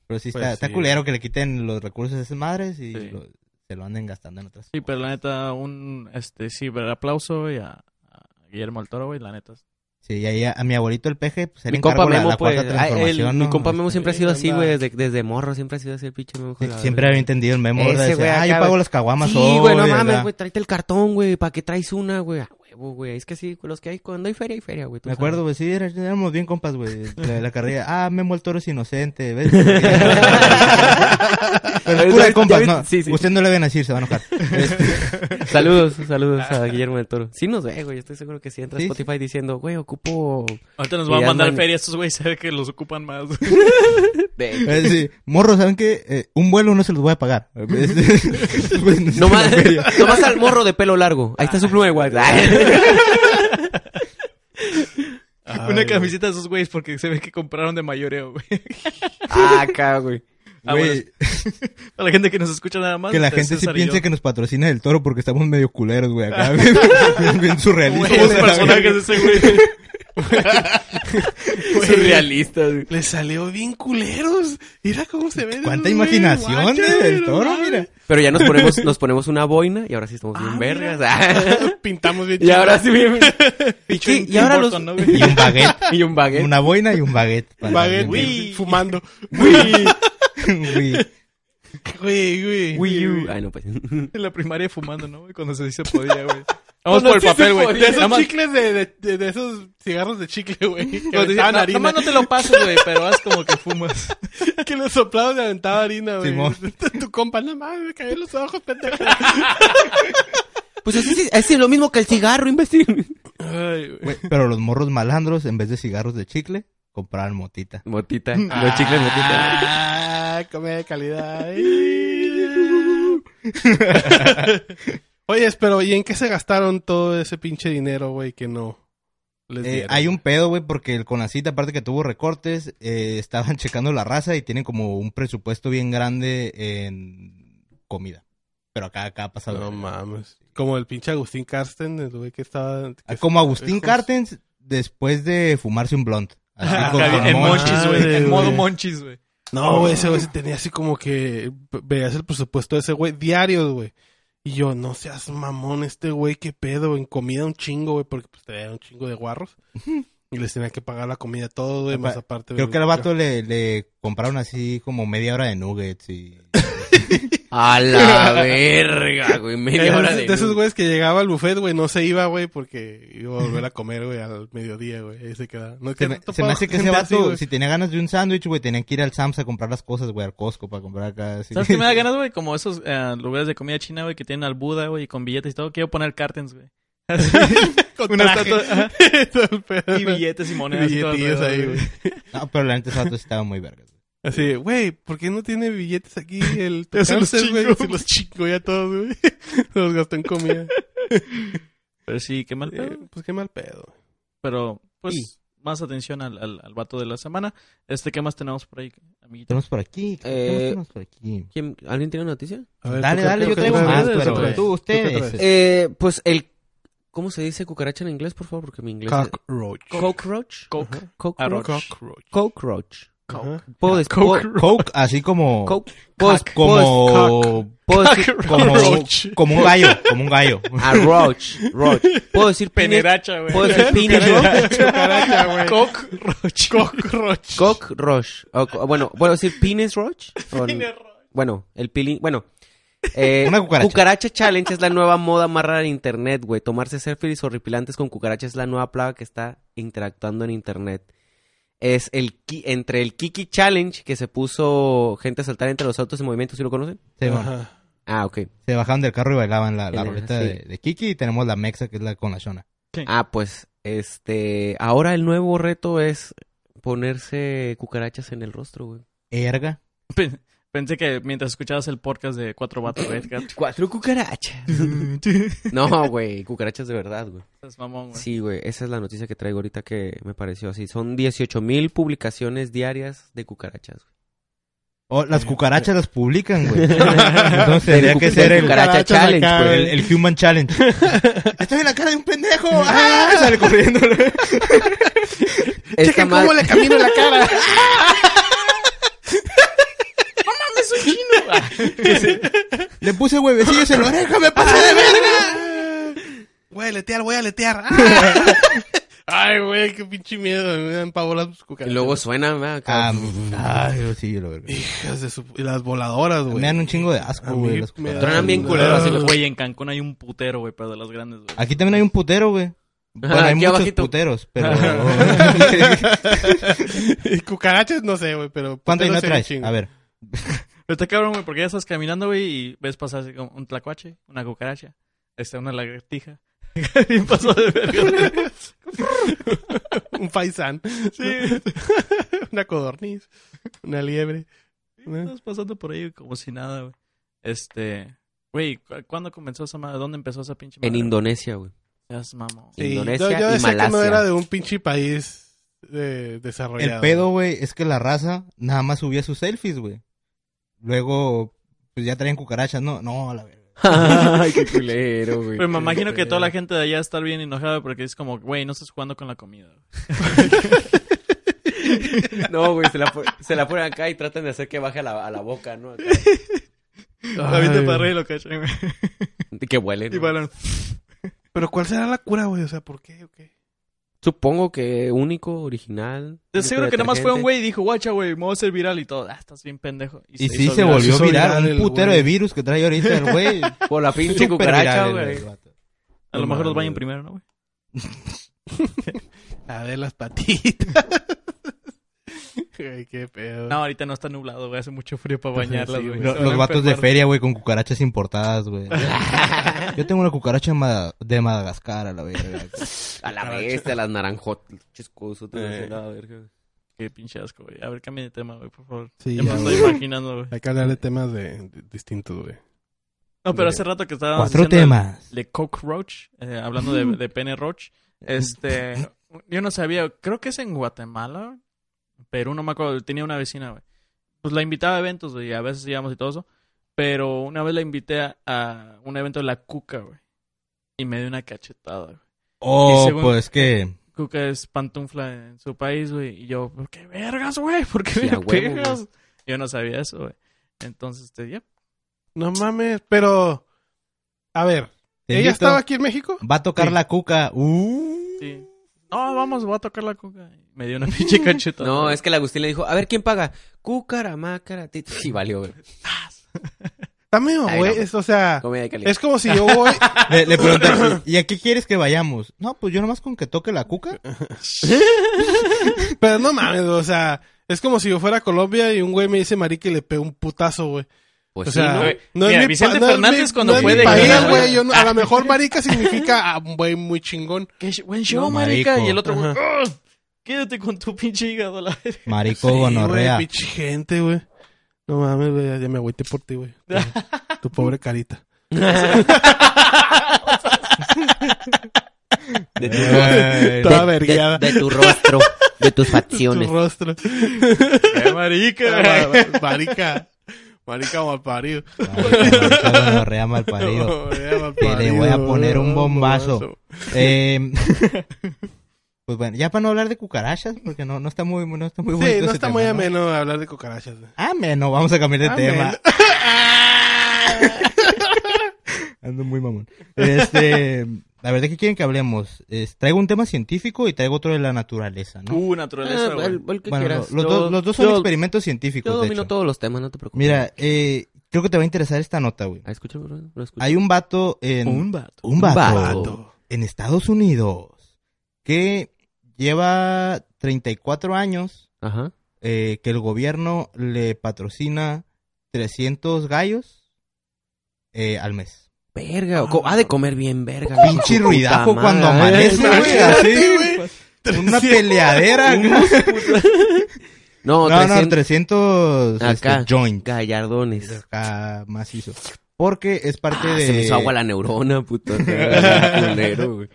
pero sí está,
Pues
está
sí.
culero que le quiten los recursos a esas madres y
Sí.
lo- se lo anden gastando en otras
Sí, pero la neta, un este ciberaplauso, güey, a, a Guillermo del Toro, güey, la neta.
Sí, y ahí a, a mi abuelito el peje, pues él
Mi compa
encargó la,
Memo,
la cuarta
pues, ah, él-
transformación,
mi
¿no?
compa Memo siempre ha sido así,
anda.
güey, desde, desde morro siempre ha sido así el pinche Memo.
Sí,
joder.
Siempre había entendido el memo,
Ese
¿verdad? Decía,
güey
ah,
acá,
yo pago
güey.
las caguamas
Sí,
hoy,
güey, no
¿verdad?
mames, güey, tráete el cartón, güey, para que traes una, güey. A huevo, güey, es que sí, los que hay, cuando hay feria, hay feria, güey. tú
Me acuerdo,
sabes.
güey, sí, era- éramos bien compas, güey, la, la carrera. Ah, Memo el Toro es inocente, ¿ves? Pero es pura de compas, ¿no?
Sí, sí.
Usted no le ven a decir, se va a enojar. Este,
Saludos, saludos a Guillermo del Toro. Sí nos ve, güey. Estoy seguro que si entra a
Sí,
Spotify diciendo, güey, ocupo...
Ahorita nos
Y
van a
ya
mandar
man-
feria estos güey, se ve que los ocupan más.
de-
eh, sí, Morro, ¿saben qué? Eh, un vuelo no se los voy a pagar. Este, pues,
Nomás,
la feria.
nomás al morro de pelo largo. Ahí está su pluma de guay.
Una camiseta de esos güeyes porque se ve que compraron de mayoreo, güey.
Ah, acá, güey.
Ah,
Güey,
Para la gente que nos escucha nada más.
que la
este,
gente sí
César y
piense
yo.
que nos patrocina el toro porque estamos medio culeros, güey. Acá, bien, bien- bien surrealistas.
Güey, los
güey, a la verga.
personajes de ese güey.
Surrealistas, güey.
Le salió bien culeros. Mira cómo se ve.
¿Cuánta imaginación del toro? Mira.
Pero ya nos ponemos, nos ponemos una boina y ahora sí estamos bien vergas.
Pintamos bien
y ahora sí bien.
Y,
¿Qué? Y ahora los-
Y un baguette.
y un baguette.
Una boina y un baguette. para-
Baguette,
bien,
Uy.
fumando.
bien. Güey.
Güey, güey.
Wii U. Ay, no, pues.
En la primaria fumando, ¿no? güey? Cuando se dice podía, güey. Vamos
Cuando
por el
sí se
papel, güey.
podía.
De
Nada
esos
más-
chicles de, de, de- de esos cigarros de chicle, güey. Que
cuando dice,
aventaban
"No,
harina.
nomás no te lo pases, güey, pero haz como que fumas.
Que los soplados le aventaba harina, güey.
Simón.
Tu compa, no mames, me caí en los ojos, pendejo.
Pues así, sí- así es lo mismo que el cigarro, imbécil.
Ay, güey.
Güey, Pero los morros malandros, en vez de cigarros de chicle, compraban motita.
Motita. Los chicles motita.
Ah, come de calidad. Ay. Oyes, pero ¿y en qué se gastaron todo ese pinche dinero, güey, que no les
Eh,
dieron?
hay un pedo, güey, porque el Conacit, aparte que tuvo recortes, eh, estaban checando la raza y tienen como un presupuesto bien grande en comida. Pero acá, acá ha pasado.
No mames. Como el pinche Agustín Carsten, el güey que estaba... que-
Ah, Como Agustín
Hijos.
Cartens después de fumarse un blunt. Así con,
Javi,
con
en
Ah, Monchis.
monchis, güey.
Madre,
En modo
güey.
monchis, güey.
No, güey, ese güey se tenía así como que ve- veías el presupuesto de ese güey diario, güey. Y yo, no seas mamón este güey, qué pedo, en comida un chingo, güey, porque pues traía un chingo de guarros. Y les tenía que pagar la comida a todos, güey,
Apa-
más aparte.
Creo
güey,
que al vato le, le compraron así como media hora de nuggets y...
A la verga, güey. Media
Era
hora
de,
de.
de esos güeyes que llegaba al buffet, güey, no se iba, güey, porque iba a volver a comer, güey, al mediodía, güey. Ahí se quedaba. No, es
Se
que
me,
no
se me hace que ese
topaba gente así,
vato,
güey.
si tenía ganas de un sándwich, güey, tenían que ir al Sams a comprar las cosas, güey, al Costco para comprar acá. así.
¿Sabes qué me da ganas, güey? Como esos eh, lugares de comida china, güey, que tienen al Buda, güey, y con billetes y todo. Quiero poner cartens, güey. Así,
Con
una
traje.
estatua, ajá.
Todo el pedo,
y
¿no?
billetes y monedas. y todo
Billetillos
alrededor,
ahí, güey.
No, pero la neta ese vato estaba muy verga. güey.
Así, de, güey, ¿por qué no tiene billetes aquí el
Ya se los
Tocárselos, güey?
chingó.
Se los chingo ya todos, güey. Se los gastó en comida.
Pero sí, qué mal pedo.
Eh, pues qué mal pedo.
Pero, pues, más atención al, al, al vato de la semana. Este, ¿qué más tenemos por ahí, amiguito?
Tenemos por aquí. ¿qué
Eh,
más tenemos por aquí?
¿Quién- ¿Alguien tiene noticia?
A ver,
dale,
¿tú qué-
dale,
qué-
yo
qué
tengo
traes?
más,
¿Tú qué
pero
traes?
tú,
qué
ustedes.
traes?
Eh, pues el. ¿Cómo se dice cucaracha en inglés, por favor? Porque mi inglés. es-
Cockroach.
Cockroach.
Coke.
Ajá.
Arroz.
Cockroach.
Cockroach.
Cockroach.
Ajá.
Puedo des- puedo-
Coke, así como... ah,
Coke. Puedo des-
como...
puedo decir-
Como,
Cockroach.
como un gallo, como un gallo.
A Roach. Roach. Puedo decir pine.
Peneracha, güey.
Puedo decir pine.
Cucaracha, güey.
Cockroach.
Cockroach.
Cock Roach. O co- bueno, ¿puedo decir penis Roach? O- Bueno, el pilín. Bueno. eh,
Una cucaracha.
challenge es la nueva moda más rara de internet, güey. Tomarse selfies horripilantes con cucaracha es la nueva plaga que está interactuando en internet. Es el ki- entre el Kiki Challenge que se puso gente a saltar entre los autos en movimiento, ¿sí lo conocen?
Se,
Ajá.
Ah, ok.
se bajaban del carro y bailaban la, la
Sí,
ruleta
sí.
de, de Kiki y tenemos la Mexa que es la con la Shona.
Ah, pues, este, ahora el nuevo reto es ponerse cucarachas en el rostro, güey.
Erga.
Pen- Pensé que mientras escuchabas el podcast de Cuatro Vatos, güey, Edgar.
Cuatro cucarachas. no, güey, cucarachas de verdad, güey.
Estás mamón, güey.
Sí, güey, esa es la noticia que traigo ahorita que me pareció así. Son 18 mil publicaciones diarias de cucarachas. güey.
O Oh, las cucarachas las publican, güey.
Del
Entonces tendría
cu-
Eh, que
del
ser el,
cucaracha
cucarachas
challenge,
acá,
güey.
el, el Human Challenge. Estoy en la cara de un pendejo. ¡Ah! Sale corriendo.
Esta
Chequen cómo
madre-
le camino la cara.
Le puse huevecillos en la oreja, me pasé de
Voy a letear, voy a letear. Ay, güey, qué pinche miedo. Me dan pavor las
Y
cucarachas.
luego suena, ¿verdad? Acá.
Ah, ay, yo sí, yo lo verga.
Hijas de su... Y las voladoras, güey.
Me dan un chingo de asco,
A mí
güey. las
me
cucarachas.
dan-
Tronan bien
Pero
culeros,
así,
Ah.
güey.
Güey, en Cancún hay un putero, güey, pero de las grandes, güey.
Aquí también hay un putero, güey. Bueno, hay
aquí
muchos
abajito.
puteros, pero...
Y cucarachas, no sé, güey, pero...
¿Cuánto hay
pero
no
sí,
traes?
chingo.
A ver.
Pero está cabrón, güey, porque ya estás caminando, güey, y ves pasar así como un tlacuache, una cucaracha, este, una lagartija. Bien pasó de verga.
Un faisán.
Sí.
Una codorniz. Una liebre. ¿no?
Estás pasando por ahí como si nada, güey. Este. Güey, ¿cu- ¿cuándo comenzó esa madre? ¿Dónde empezó esa pinche madre?
En Indonesia, güey.
Seas mamón.
Indonesia
yo, yo
y
decía que no
Malasia.
era de un pinche país eh, desarrollado.
El pedo, güey, es que la raza nada más subía sus selfies, güey. Luego, pues ya traían cucarachas, ¿no? No, a la verga.
Ay, qué culero, güey.
Pero me
Qué
imagino que
feo.
toda la gente de allá está bien enojada porque es como, güey, no estás jugando con la comida.
No, güey, se la, pon- se la ponen acá y tratan de hacer que baje a la, a la boca, ¿no? Acá.
La viste para arriba y lo cachan, güey.
Que huele.
Y
¿no?
bailan.
Pero ¿cuál será la cura, güey? O sea, ¿por qué? ¿O qué?
Supongo que único, original.
De seguro que nada más fue un güey y dijo, guacha, güey, me voy a hacer viral y todo. Ah, estás bien pendejo.
Y sí
hizo
se
viral.
volvió
hizo
viral,
viral el
un putero
güey.
de virus que trae ahorita el güey.
Por la pinche
Súper
cucaracha,
viral el-
güey.
el vato.
A
No
lo mejor
mames,
los vayan
güey.
primero, ¿no, güey?
La de las patitas. Güey, qué pedo.
No, ahorita no está nublado, güey. Hace mucho frío para bañarlas,
Sí,
güey.
güey.
Lo-
Se van a
los vatos de
enfermar.
feria, güey, con cucarachas importadas, güey. Yo tengo una cucaracha ma- de Madagascar, a la verga.
A la bestia, las naranjotas.
Eh.
Qué pinche asco, güey. A ver, cambia de tema, güey, por favor.
Sí,
ya me
ya,
lo
güey.
estoy imaginando, güey.
Hay que hablar de temas de, de- distintos, güey.
No, pero hace rato que estábamos
Cuatro
diciendo
temas.
de- De cockroach, eh, hablando de, de pene roach. Este, yo no sabía, creo que es en Guatemala, Perú, no me acuerdo. Tenía una vecina, güey. Pues la invitaba a eventos, güey, a veces íbamos y todo eso. Pero una vez la invité a, a un evento de la cuca, güey. Y me dio una cachetada, güey.
Oh,
Y según-
pues que...
Cuca es pantufla en su país, güey. Y yo, ¿por qué vergas, güey? ¿Por qué
Sí,
me
a huevo,
pegas? Yo no sabía eso, güey. Entonces, este, ya.
No mames, pero... A ver,
te
¿ella
invito,
estaba aquí en México?
Va a tocar
Sí.
la cuca. Uh.
Sí. No, vamos, voy a tocar la cuca. Me dio una pinche cacheta.
No, es que el Agustín le dijo, a ver, ¿quién paga? Cúcara, mácara, tito. Sí, valió, güey.
Está medio,
Ay,
güey.
no.
es- o sea,
Comida de calidad.
Ah. es como si yo voy...
Le, le pregunté, ¿y a qué quieres que vayamos? No, pues yo nomás con que toque la cuca.
Pero no mames, o sea, es como si yo fuera a Colombia y un güey me dice marica y le pego un putazo, güey.
Pues
O sea,
sí, ¿no?
no
Mira,
es mi
Vicente
pa- no es
Fernández
mi-
cuando
no es
fue
mi
de
país,
gira,
güey,
güey.
yo no- a lo mejor marica significa a un güey muy chingón.
Qué sh- buen show,
No,
marica.
marico.
Y el otro, güey, "Ugh, quédate con tu pinche hígado, la verga".
Marico
güey,
gonorrea.
pinche gente, güey. No mames, güey, ya- ya me agüité por ti, güey. Tu- Tu pobre carita.
Eh,
De tu,
Ay,
Toda vergueada.
de tu rostro, de tus
Tu
facciones.
rostro.
Qué marica. güey.
Marica. Marica malparido.
marico gonorrea malparido.
Te
le voy a poner un bombazo. Eh, pues bueno, ya para no hablar de cucarachas, porque no, no está muy, no está muy
Sí,
bonito
no
ese
está
tema,
muy ameno hablar de cucarachas. güey.
Ameno, vamos a cambiar de
Ameno.
tema. Ando muy mamón. Este, la verdad que quieren que hablemos. Es- traigo un tema científico y traigo otro de la naturaleza, ¿no?
Uh,
Ah,
naturaleza,
el-
güey.
el que
bueno,
quieras.
lo- los,
Yo-
dos, los dos son
yo-
experimentos científicos,
Yo
de
domino
hecho.
todos los temas, no te preocupes.
Mira, eh, creo que te va a interesar esta nota, güey.
Ah, escúchame, bro, lo escucho.
Hay un vato en...
Un vato.
un vato.
vato.
en Estados Unidos que lleva 34 años
Ajá.
eh, que el gobierno le patrocina 300 gallos eh, al mes.
Verga, o co- ha de comer bien, verga.
Pinche ruidajo
Puta
cuando
madre.
amanece, güey, así, Una peleadera. acá.
No,
No, no,
300
300 este,
Acá.
joints.
gallardones.
Acá macizo. Porque es parte
Ah,
de...
Se me hizo agua la neurona, puto. Culero, güey.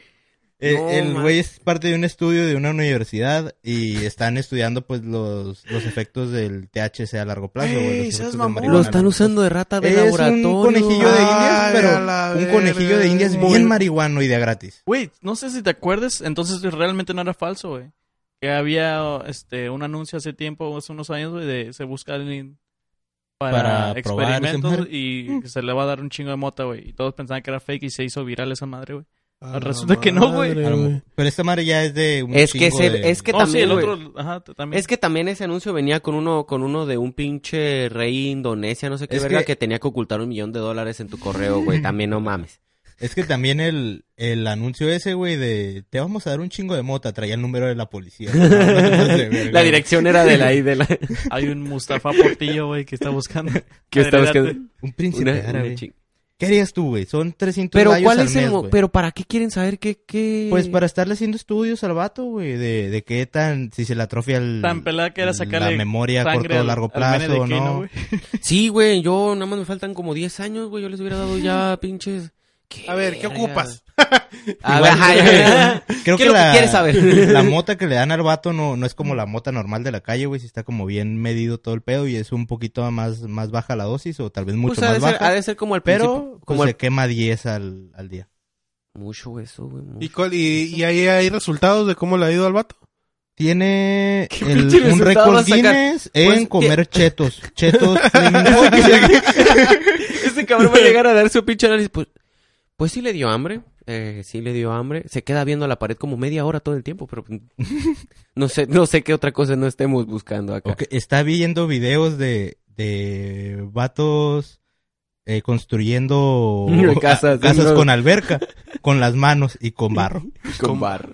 Eh,
No,
el
man.
güey es parte de un estudio de una universidad y están estudiando pues los, los efectos del THC a largo plazo. güey, los
Ey,
efectos
seas
de
mamón.
marihuana
Lo
a
están
largo
usando de rata de
Es un
laboratorio. Ah,
conejillo de indias,
Ay,
pero
a la
un
verga.
conejillo de indias bien marihuano y de gratis.
Güey, no sé si te acuerdas, entonces realmente no era falso, güey. Que había este un anuncio hace tiempo, hace unos años, güey, de se busca alguien para,
Para probar esa
experimentos
madre.
y que se le va a dar un chingo de mota, güey. Y todos pensaban que era fake y se hizo viral esa madre, güey.
A la
Resulta que no, güey.
madre,
A lo mejor. Pero esta madre ya es de un
Es que
chingo
ese-
de-
es que
No, sí,
también,
el
güey.
otro, ajá, t- también.
Es que también ese anuncio venía con uno con uno de un pinche rey indonesia, no sé qué
Es
verga,
que-
que... tenía que ocultar un millón de dólares en tu correo, güey. También no mames.
es que también el, el anuncio ese, güey, de te vamos a dar un chingo de mota, traía el número de la policía. No, no sé, verga.
La dirección era de la I de la
Hay un Mustafa Portillo, güey, que está buscando.
que está
agregarte.
buscando.
Un príncipe
Una- una
árabe.
chi-
¿Qué harías tú, güey? Son 300
Pero
gallos
cuál
al
es el
mes,
mo-
güey.
pero para qué quieren saber qué qué
Pues para estarle haciendo estudios al vato, güey, de, de qué tan, si se le atrofia el,
Tan pelada que era
la
sacarle
memoria a
sangre
corto o
al-
largo
al mene
plazo,
de Keno,
¿no?
güey.
Sí, güey, yo nada más me faltan como 10 años, güey, yo les hubiera dado ya pinches
A ver, ¿qué
verga,
ocupas?
güey? A ver,
Igual,
ajá, ya. Ah,
creo Creo
¿Qué es lo que quieres saber?
La mota que le dan al vato no, no es como la mota normal de la calle, güey. Si está como bien medido todo el pedo y es un poquito más, más baja la dosis o tal vez mucho
Pues ha de,
más
ser, ha
baja.
de ser como el
pero pues,
como
se
el...
quema 10 al, al día.
Mucho güey, eso, güey. mucho.
¿Y, cuál- y, y ahí hay resultados de cómo le ha ido al vato?
Tiene
¿Qué
el-
pinche
un
resultado va a
récord
sacar?
Guinness en
Pues,
comer chetos. Chetos. Flaming Hot.
Este cabrón va a llegar a dar su pinche análisis. Pues, pues sí le dio hambre. Eh, sí le dio hambre. Se queda viendo la pared como media hora todo el tiempo, pero no sé, no sé qué otra cosa no estemos buscando acá.
Ok, Está viendo videos de, de vatos eh, construyendo
Casas,
casas
¿no?
con alberca, con las manos y con barro.
Con bar.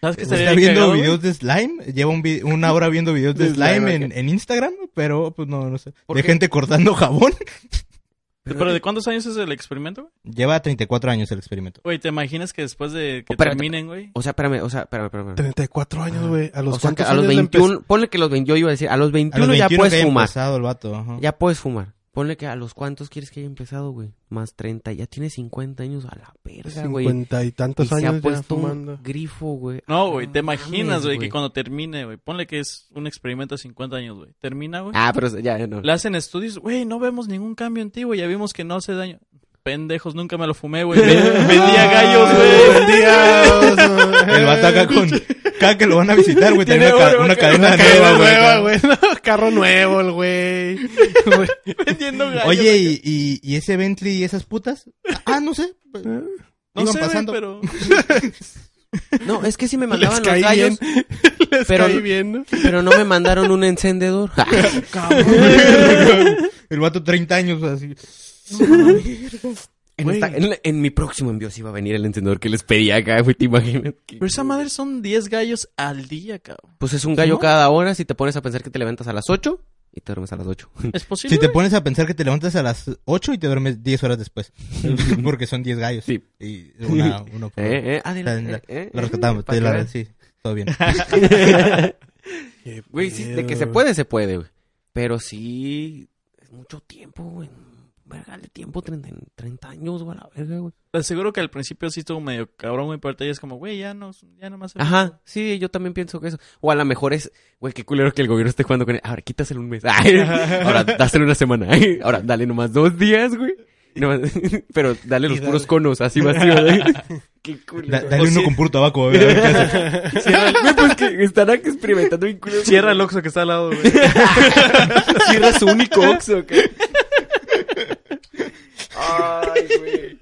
¿Sabes qué
Está
bien
viendo
cagado, güey?
videos de slime, lleva un vi- una hora viendo videos de,
De slime,
slime,
ok.
en, en Instagram, pero pues no, no sé.
¿Por
De
qué?
gente cortando jabón.
¿Pero de cuántos años es el experimento, güey?
Lleva 34 años el experimento.
Güey, ¿te imaginas que después de que
Espérate.
terminen, güey?
O sea, espérame, o sea, espérame, espérame. espérame.
34 años, güey. ¿A los
O sea, que
cuántos
a los
años le
21, ponle que los 20, yo iba a decir, a los 21,
A los 21
ya puedes
que haya
fumar.
empezado el vato, ajá.
Ya puedes fumar. Ponle que a los cuantos quieres que haya empezado, güey. Más 30, ya tiene 50 años a la verga,
empezó?
güey.
50 y
Y
tantos
se ha
años ya
puesto
fumando.
un grifo, güey.
No, güey,
Ah,
¿te imaginas,
mames,
güey, que cuando termine, güey? Ponle que es un experimento de 50 años, güey. Termina, güey.
Ah, pero ya, ya no.
Le hacen estudios, güey, no vemos ningún cambio en ti, güey. Ya vimos que no hace daño. Pendejos, nunca me lo fumé, güey. Ven-
Ah,
Vendía gallos, güey.
güey.
El vato acá con... Cada que lo van a visitar, güey,
Tiene
tiene una, ca-
oro,
una
ca-
cadena
Una
nueva,
cadena
güey, acá.
nueva, güey. No, carro nuevo, el güey.
Vendiendo gallos.
Oye, ¿y, y, y ese Bentley y esas putas? Ah, no sé.
no
iban
sé, güey,
pasando.
pero...
No, es que sí me
Les
mandaban los
caí
gallos,
bien. Les
pero-
caí bien. ¿no?
pero no me mandaron un encendedor.
El vato 30 años, así.
en,
Güey.
esta- en la- en mi próximo envío sí iba a venir el encendedor que les pedí acá, güey, te imaginas. Que-
Pero esa madre son 10 gallos al día, cabrón.
Pues es un gallo
¿No?
cada hora si te pones a pensar que te levantas a las 8 y te duermes a las 8.
¿Es posible?
Si te
güey?
pones a pensar que te levantas a las 8 y te duermes 10 horas después. Porque son 10 gallos.
Sí.
Y una, uno por-
Eh, eh,
La,
adelante.
la-
eh, eh,
la rescatamos.
para
te la-
que veas.
sí, todo bien.
Güey, sí, de que
Pero-
se puede, se puede, güey. Pero sí, es mucho tiempo, güey. Verga, de tiempo, 30, 30 años, güey, a la verga, güey.
Te aseguro que al principio sí estuvo medio cabrón, güey, pero ahorita ya es como, güey, ya no, ya nomás... se-
Ajá, sí, yo también pienso que eso. O a lo mejor es, güey, qué culero que el gobierno esté jugando con él. Ahora quítaselo un mes. Ay, ahora dáselo una semana. Ay, ahora dale nomás dos días, güey. Nomás- pero dale los
Y
puros
dale.
conos, así vacío. güey. qué culero.
Da- dale
O
uno
cier-
con puro tabaco. a ver, a ver qué hace.
cierra el- güey, pues que están aquí experimentando bien culero.
Cierra el oxo que está al lado, güey.
Cierra su único oxo, güey. Ay, güey.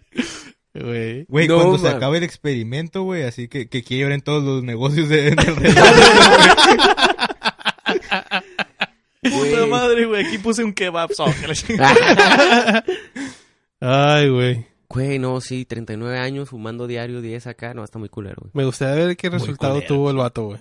Güey.
Güey,
No,
cuando se
man.
acabe el experimento, güey, así que, que quiebren todos los negocios de, del alrededor.
Puta madre, güey, aquí puse un kebab. so, que la chingada.
Ay, güey.
Güey, no, sí, 39 años fumando diario 10 acá, no, está muy culero, güey.
Me gustaría ver qué resultado
culero.
tuvo el vato, güey.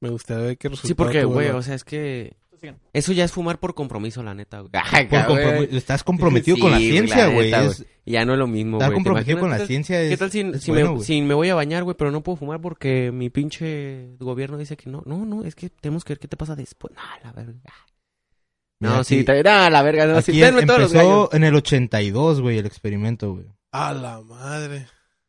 Me gustaría ver qué resultado
Sí, porque,
tuvo el
güey,
vato.
o sea, es que...
Sigan.
Eso ya es fumar por compromiso, la neta, güey. Ay,
Por
cabrón.
compromi- Estás comprometido
Sí,
con la
güey,
ciencia,
la
güey.
neta,
Es-
Ya no es lo mismo, güey.
Estar
¿te
comprometido
imaginas?
con la
¿Qué tal-
ciencia es.
¿Qué tal si,
es
si,
bueno,
me,
güey.
si me voy a bañar, güey, pero no puedo fumar porque mi pinche gobierno dice que no? No, no, es que tenemos que ver qué te pasa después. Nah, la verga. No,
Mira,
sí,
aquí-
también, nah, la verga, no, sí,
Aquí em-
denme todos los gallos.
empezó en el 82, güey, el experimento, güey.
A la madre.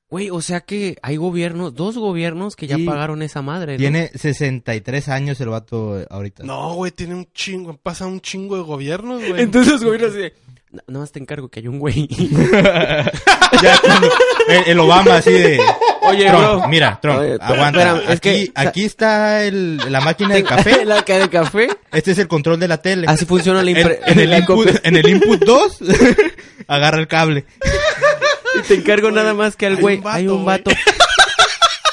Güey, o sea que hay gobiernos, dos gobiernos que ya
Y
pagaron esa madre, ¿no?
Tiene 63 años el vato eh, ahorita.
No, güey, tiene un chingo. Pasa un chingo de gobiernos, güey.
Entonces los gobiernos dicen, "Na- nada más te encargo que hay un güey.
Ya, cuando- el, el Obama así de...
Oye,
Trump, mira, Trump,
Oye, pero-
aguanta.
espérame, es que-
aquí, aquí está el- la máquina de café.
la que de café.
Este es el control de la tele.
Así funciona la
En,
impre-
en el
la
input,
copia.
en el input 2, agarra el cable.
Y te encargo nada más que al
Hay
güey.
un vato,
Hay un
güey.
vato.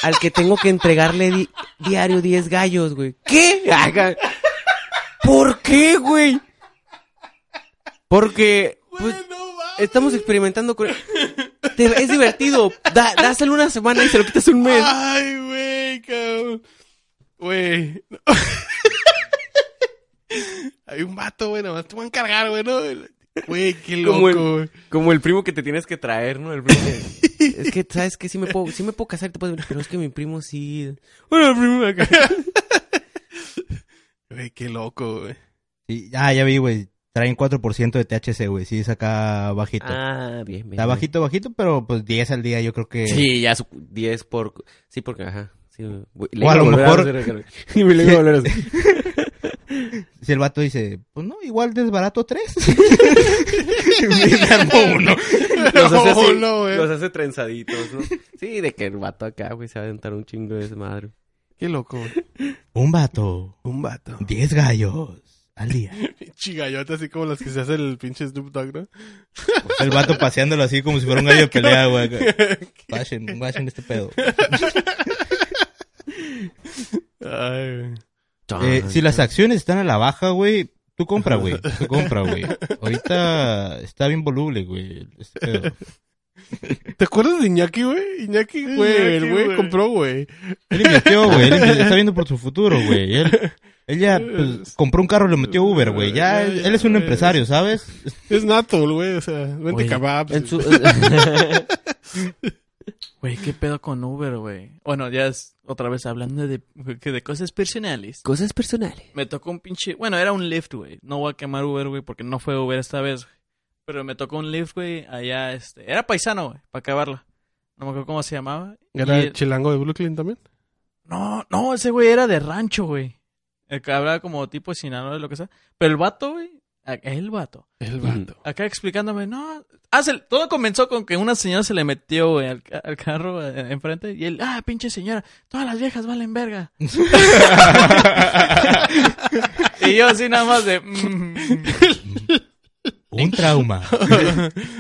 al que tengo que entregarle di- diario 10 gallos, güey. ¿Qué? Ajá. ¿Por qué, güey? Porque pues, estamos experimentando con... Te- es divertido. Da, dáselo una semana y se lo quitas un mes.
Ay, güey, cabrón. Güey. Hay un vato, güey, nomás te voy a encargar, güey, ¿no? Güey, qué loco,
Como el-
güey.
Como el primo que te tienes que traer, ¿no? El primo que- es que, ¿sabes que Sí me puedo, sí me puedo casar, te puedo... pero es que mi primo sí... Bueno, primo acá.
Güey, qué loco, güey.
Y, ah, ya vi, güey. Está- Traen 4% de THC, güey. Sí, es acá bajito.
Ah, bien, bien.
Está
bien.
bajito, bajito, pero pues 10 al día yo creo que...
Sí, ya su 10 por... Sí, porque, ajá. Sí, güey, le
O a
iba
lo
volver
mejor-
hacer- Y me le iba a volver a hacer.
Si el vato dice, pues no, igual desbarato 3. Dando uno.
Los hace, así,
No, güey.
los hace trenzaditos, ¿no? Sí, de que el vato acá, güey, se va a aventar un chingo de desmadre.
Qué loco, güey.
Un vato,
Un vato.
10 gallos al día.
Pinche gallota, así como las que se hace el pinche Snoop Dogg, ¿no?
Pues El vato paseándolo así como si fuera un gallo de pelea, güey. acá. Guachen, guachen este pedo.
Ay, güey.
Eh, si las acciones están a la baja, güey, tú compra, güey. Tú compra, güey. Ahorita está bien voluble, güey. Este pedo.
¿Te acuerdas de Iñaki, güey? Iñaki, güey, el
Iñaki,
güey
güey.
compró, güey.
Él invirtió, güey. Él invi- está viendo por su futuro, güey. Él, él ya pues, compró un carro y lo metió a Uber, güey. Ya, él, él es un empresario, ¿sabes?
Es nato, el güey, o sea, vente
Güey,
kebabs.
En su...
Güey, ¿qué pedo con Uber, güey? Bueno, ya es otra vez hablando de, que de cosas personales.
Cosas personales.
Me tocó un pinche... Bueno, era un Lyft, güey. No voy a quemar Uber, güey, porque no fue Uber esta vez, güey. Pero me tocó un Lyft, güey, allá, este... Era paisano, güey, para acabarla. No me acuerdo cómo se llamaba.
¿Era
Y el-
chilango de Brooklyn también?
No, no, ese güey era de rancho, güey. El que hablaba como tipo de Sinaloa, lo que sea. Pero el vato, güey... a- El vato.
El
vato.
acá explicándome, no, ah, se- todo comenzó con que una señora se le metió güey, al, ca- al carro eh, enfrente y él, ah, pinche señora, todas las viejas valen verga. y yo así nada más de, "Mm,
Un trauma.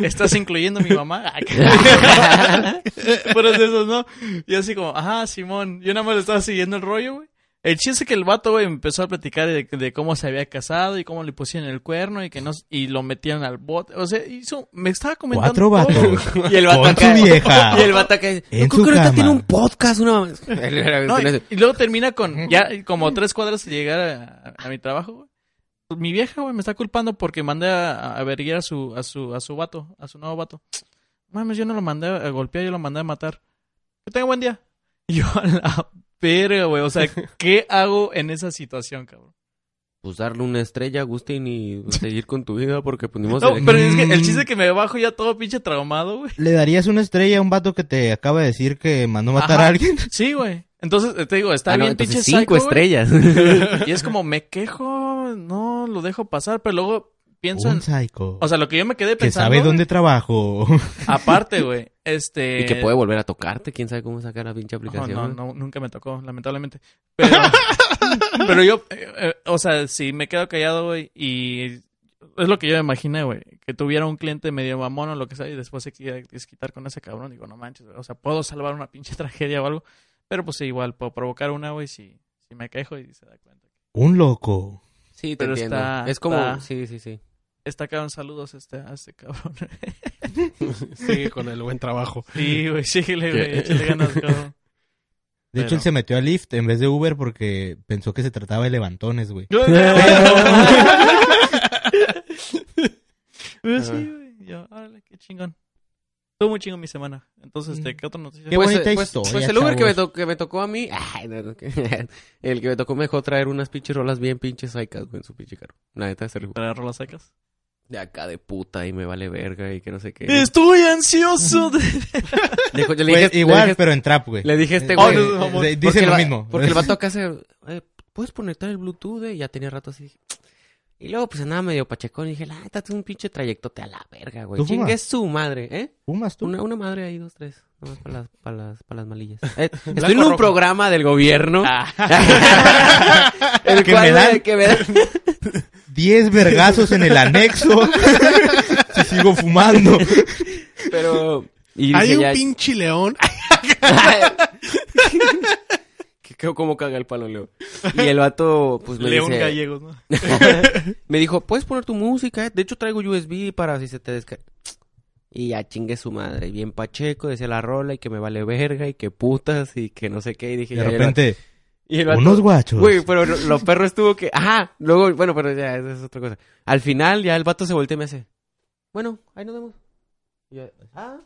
¿estás incluyendo a mi mamá? Por eso, ¿no? Y así como, ajá, Simón, yo nada más le estaba siguiendo el rollo, güey. El chiste es que el vato, güey, empezó a platicar de, de cómo se había casado y cómo le pusieron el cuerno y que no, y lo metían al bote. O sea, hizo, me estaba comentando.
Cuatro
todo, güey.
vatos.
Y el
Con su vieja.
Y el vato acá... No, creo que
En su
ahorita
cama.
tiene un podcast, una... mamá.
No, y, y luego termina con ya como tres cuadras de llegar a, a mi trabajo, güey. Pues Mi vieja, güey, me está culpando porque mandé a, a verguiar a su, a su, a su vato, a su nuevo vato. Mames, yo no lo mandé a golpear, yo lo mandé a matar. Que tenga buen día. Y yo a la verga, güey. O sea, ¿qué hago en esa situación, cabrón?
Pues darle una estrella a Agustín y seguir con tu vida porque pues ni modo
No,
se-
pero es que el chiste es que me bajo ya todo pinche traumado, güey.
¿Le darías una estrella a un vato que te acaba de decir que mandó matar
Ajá.
a alguien?
Sí, güey. Entonces, eh, te digo, está
Ah, no,
bien
entonces
pinche
cinco
psycho, güey.
estrellas.
Y es como, me quejo, no lo dejo pasar, pero luego pienso en,
Un psycho.
O sea, lo que yo me quedé
que
pensando.
sabe dónde trabajo.
Aparte, güey. Este.
Y que puede volver a tocarte, quién sabe cómo sacar la pinche
No,
aplicación.
no, no, nunca me tocó, lamentablemente. Pero, pero yo, eh, eh, o sea, si me quedo callado, güey, y es lo que yo me imaginé, güey, que tuviera un cliente medio mamón o lo que sea, y después se quiera desquitar con ese cabrón, digo, no manches, güey, o sea, puedo salvar una pinche tragedia o algo, pero pues sí, igual, puedo provocar una, güey, si, si me quejo y se da cuenta.
Un loco.
Sí, te
Pero
entiendo.
está-
es como...
está-
Sí, sí, sí.
Está cabrón, saludos este, a este cabrón.
Sigue con el buen trabajo.
Sí, güey, síguele, güey, échale ganas, cabrón.
De hecho,
Pero-
él se metió a Lyft en vez de Uber porque pensó que se trataba de levantones, güey.
Pero sí, güey. Yo, órale, qué chingón. Estuvo muy chingón mi semana. Entonces, este, ¿qué otra noticia?
Qué
pues,
bonita
eh, pues-
historia,
pues el Uber que me,
chavos.
to- que me tocó a mí, ay, no, no, que- el que me tocó me dejó traer unas pinches rolas bien pinches saicas, güey, en su pinche carro. La neta se rifó.
Para rolas secas.
De acá de puta y me vale verga y que no sé qué. Pues
Estoy ansioso. De...
Dijo- yo le
Pues,
dije, le
igual,
dije-
pero en trap, güey.
le dije a este
Eh,
güey.
oh, no, mamón.
eh,
porque
Dice
el
lo
va-
mismo.
Porque el vato acá se. eh, ¿Puedes conectar el Bluetooth? eh? Y ya tenía rato así. Y luego, pues andaba medio pachecón y dije, la neta, tú un pinche trayectote a la verga, güey.
¿Tú fumas?
Chingue su madre, ¿eh?
¿Fumas tú?
Una, una madre ahí, dos, tres. Nomás para las, para las, para las malillas. Eh,
Blanco,
estoy en un
rojo.
programa del gobierno. el
Que
cual
me dan-
eh, que me dan-
Diez vergazos en el anexo. si sigo fumando.
Pero. y
Hay
dije,
un
ya-
pinche león.
que, que- cómo caga el palo, Leo. Y el vato, pues me
León
dice-
Gallegos, ¿no?
me dijo, puedes poner tu música, eh? de hecho traigo USB para si se te descarga. Y ya chingue su madre, bien pacheco, decía la rola y que me vale verga y que putas y que no sé qué. Y dije,
De
ya, ya, ya.
repente,
Y el vato-
unos guachos.
Güey, pero lo, lo perro estuvo que... Ajá, luego, bueno, pero ya, esa es otra cosa. Al final ya el vato se voltea y me hace... Bueno, ahí nos vemos. Y yo, ah,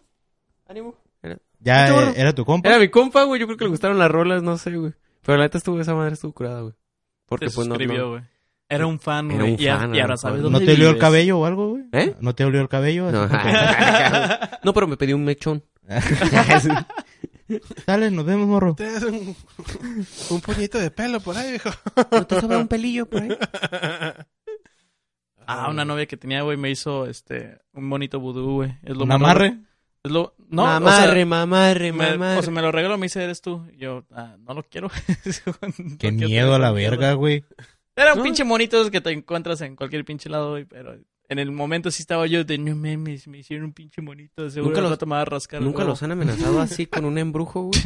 ánimo. Era,
Ya
Chorro.
eh, era tu compa.
era mi compa, güey, yo creo que le gustaron las rolas, no sé, güey. Pero la neta estuvo, esa madre estuvo curada, güey. Porque
Te
pues no... no-
suscribió, güey. Era un fan,
Era
güey.
un
Y, a-
fan,
y ahora
¿no?
sabes
¿No
dónde
¿No te olió el
vives.
cabello o algo, güey?
¿Eh?
¿No te olió el cabello?
No,
Así como
No, pero me pedí un mechón.
que, Dale, nos vemos, morro.
Te das un, un puñito de pelo por ahí, viejo.
¿No te sobra un pelillo por ahí?
Ah, una novia que tenía, güey, me hizo este un bonito vudú, güey. Es lo
¿Un
más raro-
amarre?
Es lo... No,
No,
o sea,
mamarre, mamarre,
me-
mamarre.
o sea, me lo regaló, me dice, eres tú. Y Yo, ah, no lo quiero. No
Qué
quiero
miedo a
tener
la
esa mierda.
verga, güey.
Era un
¿No?
pinche monito esos que te encuentras en cualquier pinche lado, güey, pero en el momento sí estaba yo de no memes, me hicieron un pinche monito, seguro
Nunca
nunca
los-
los tomaba a rascar. el
Nunca
huevo.
los han amenazado así con un embrujo, güey.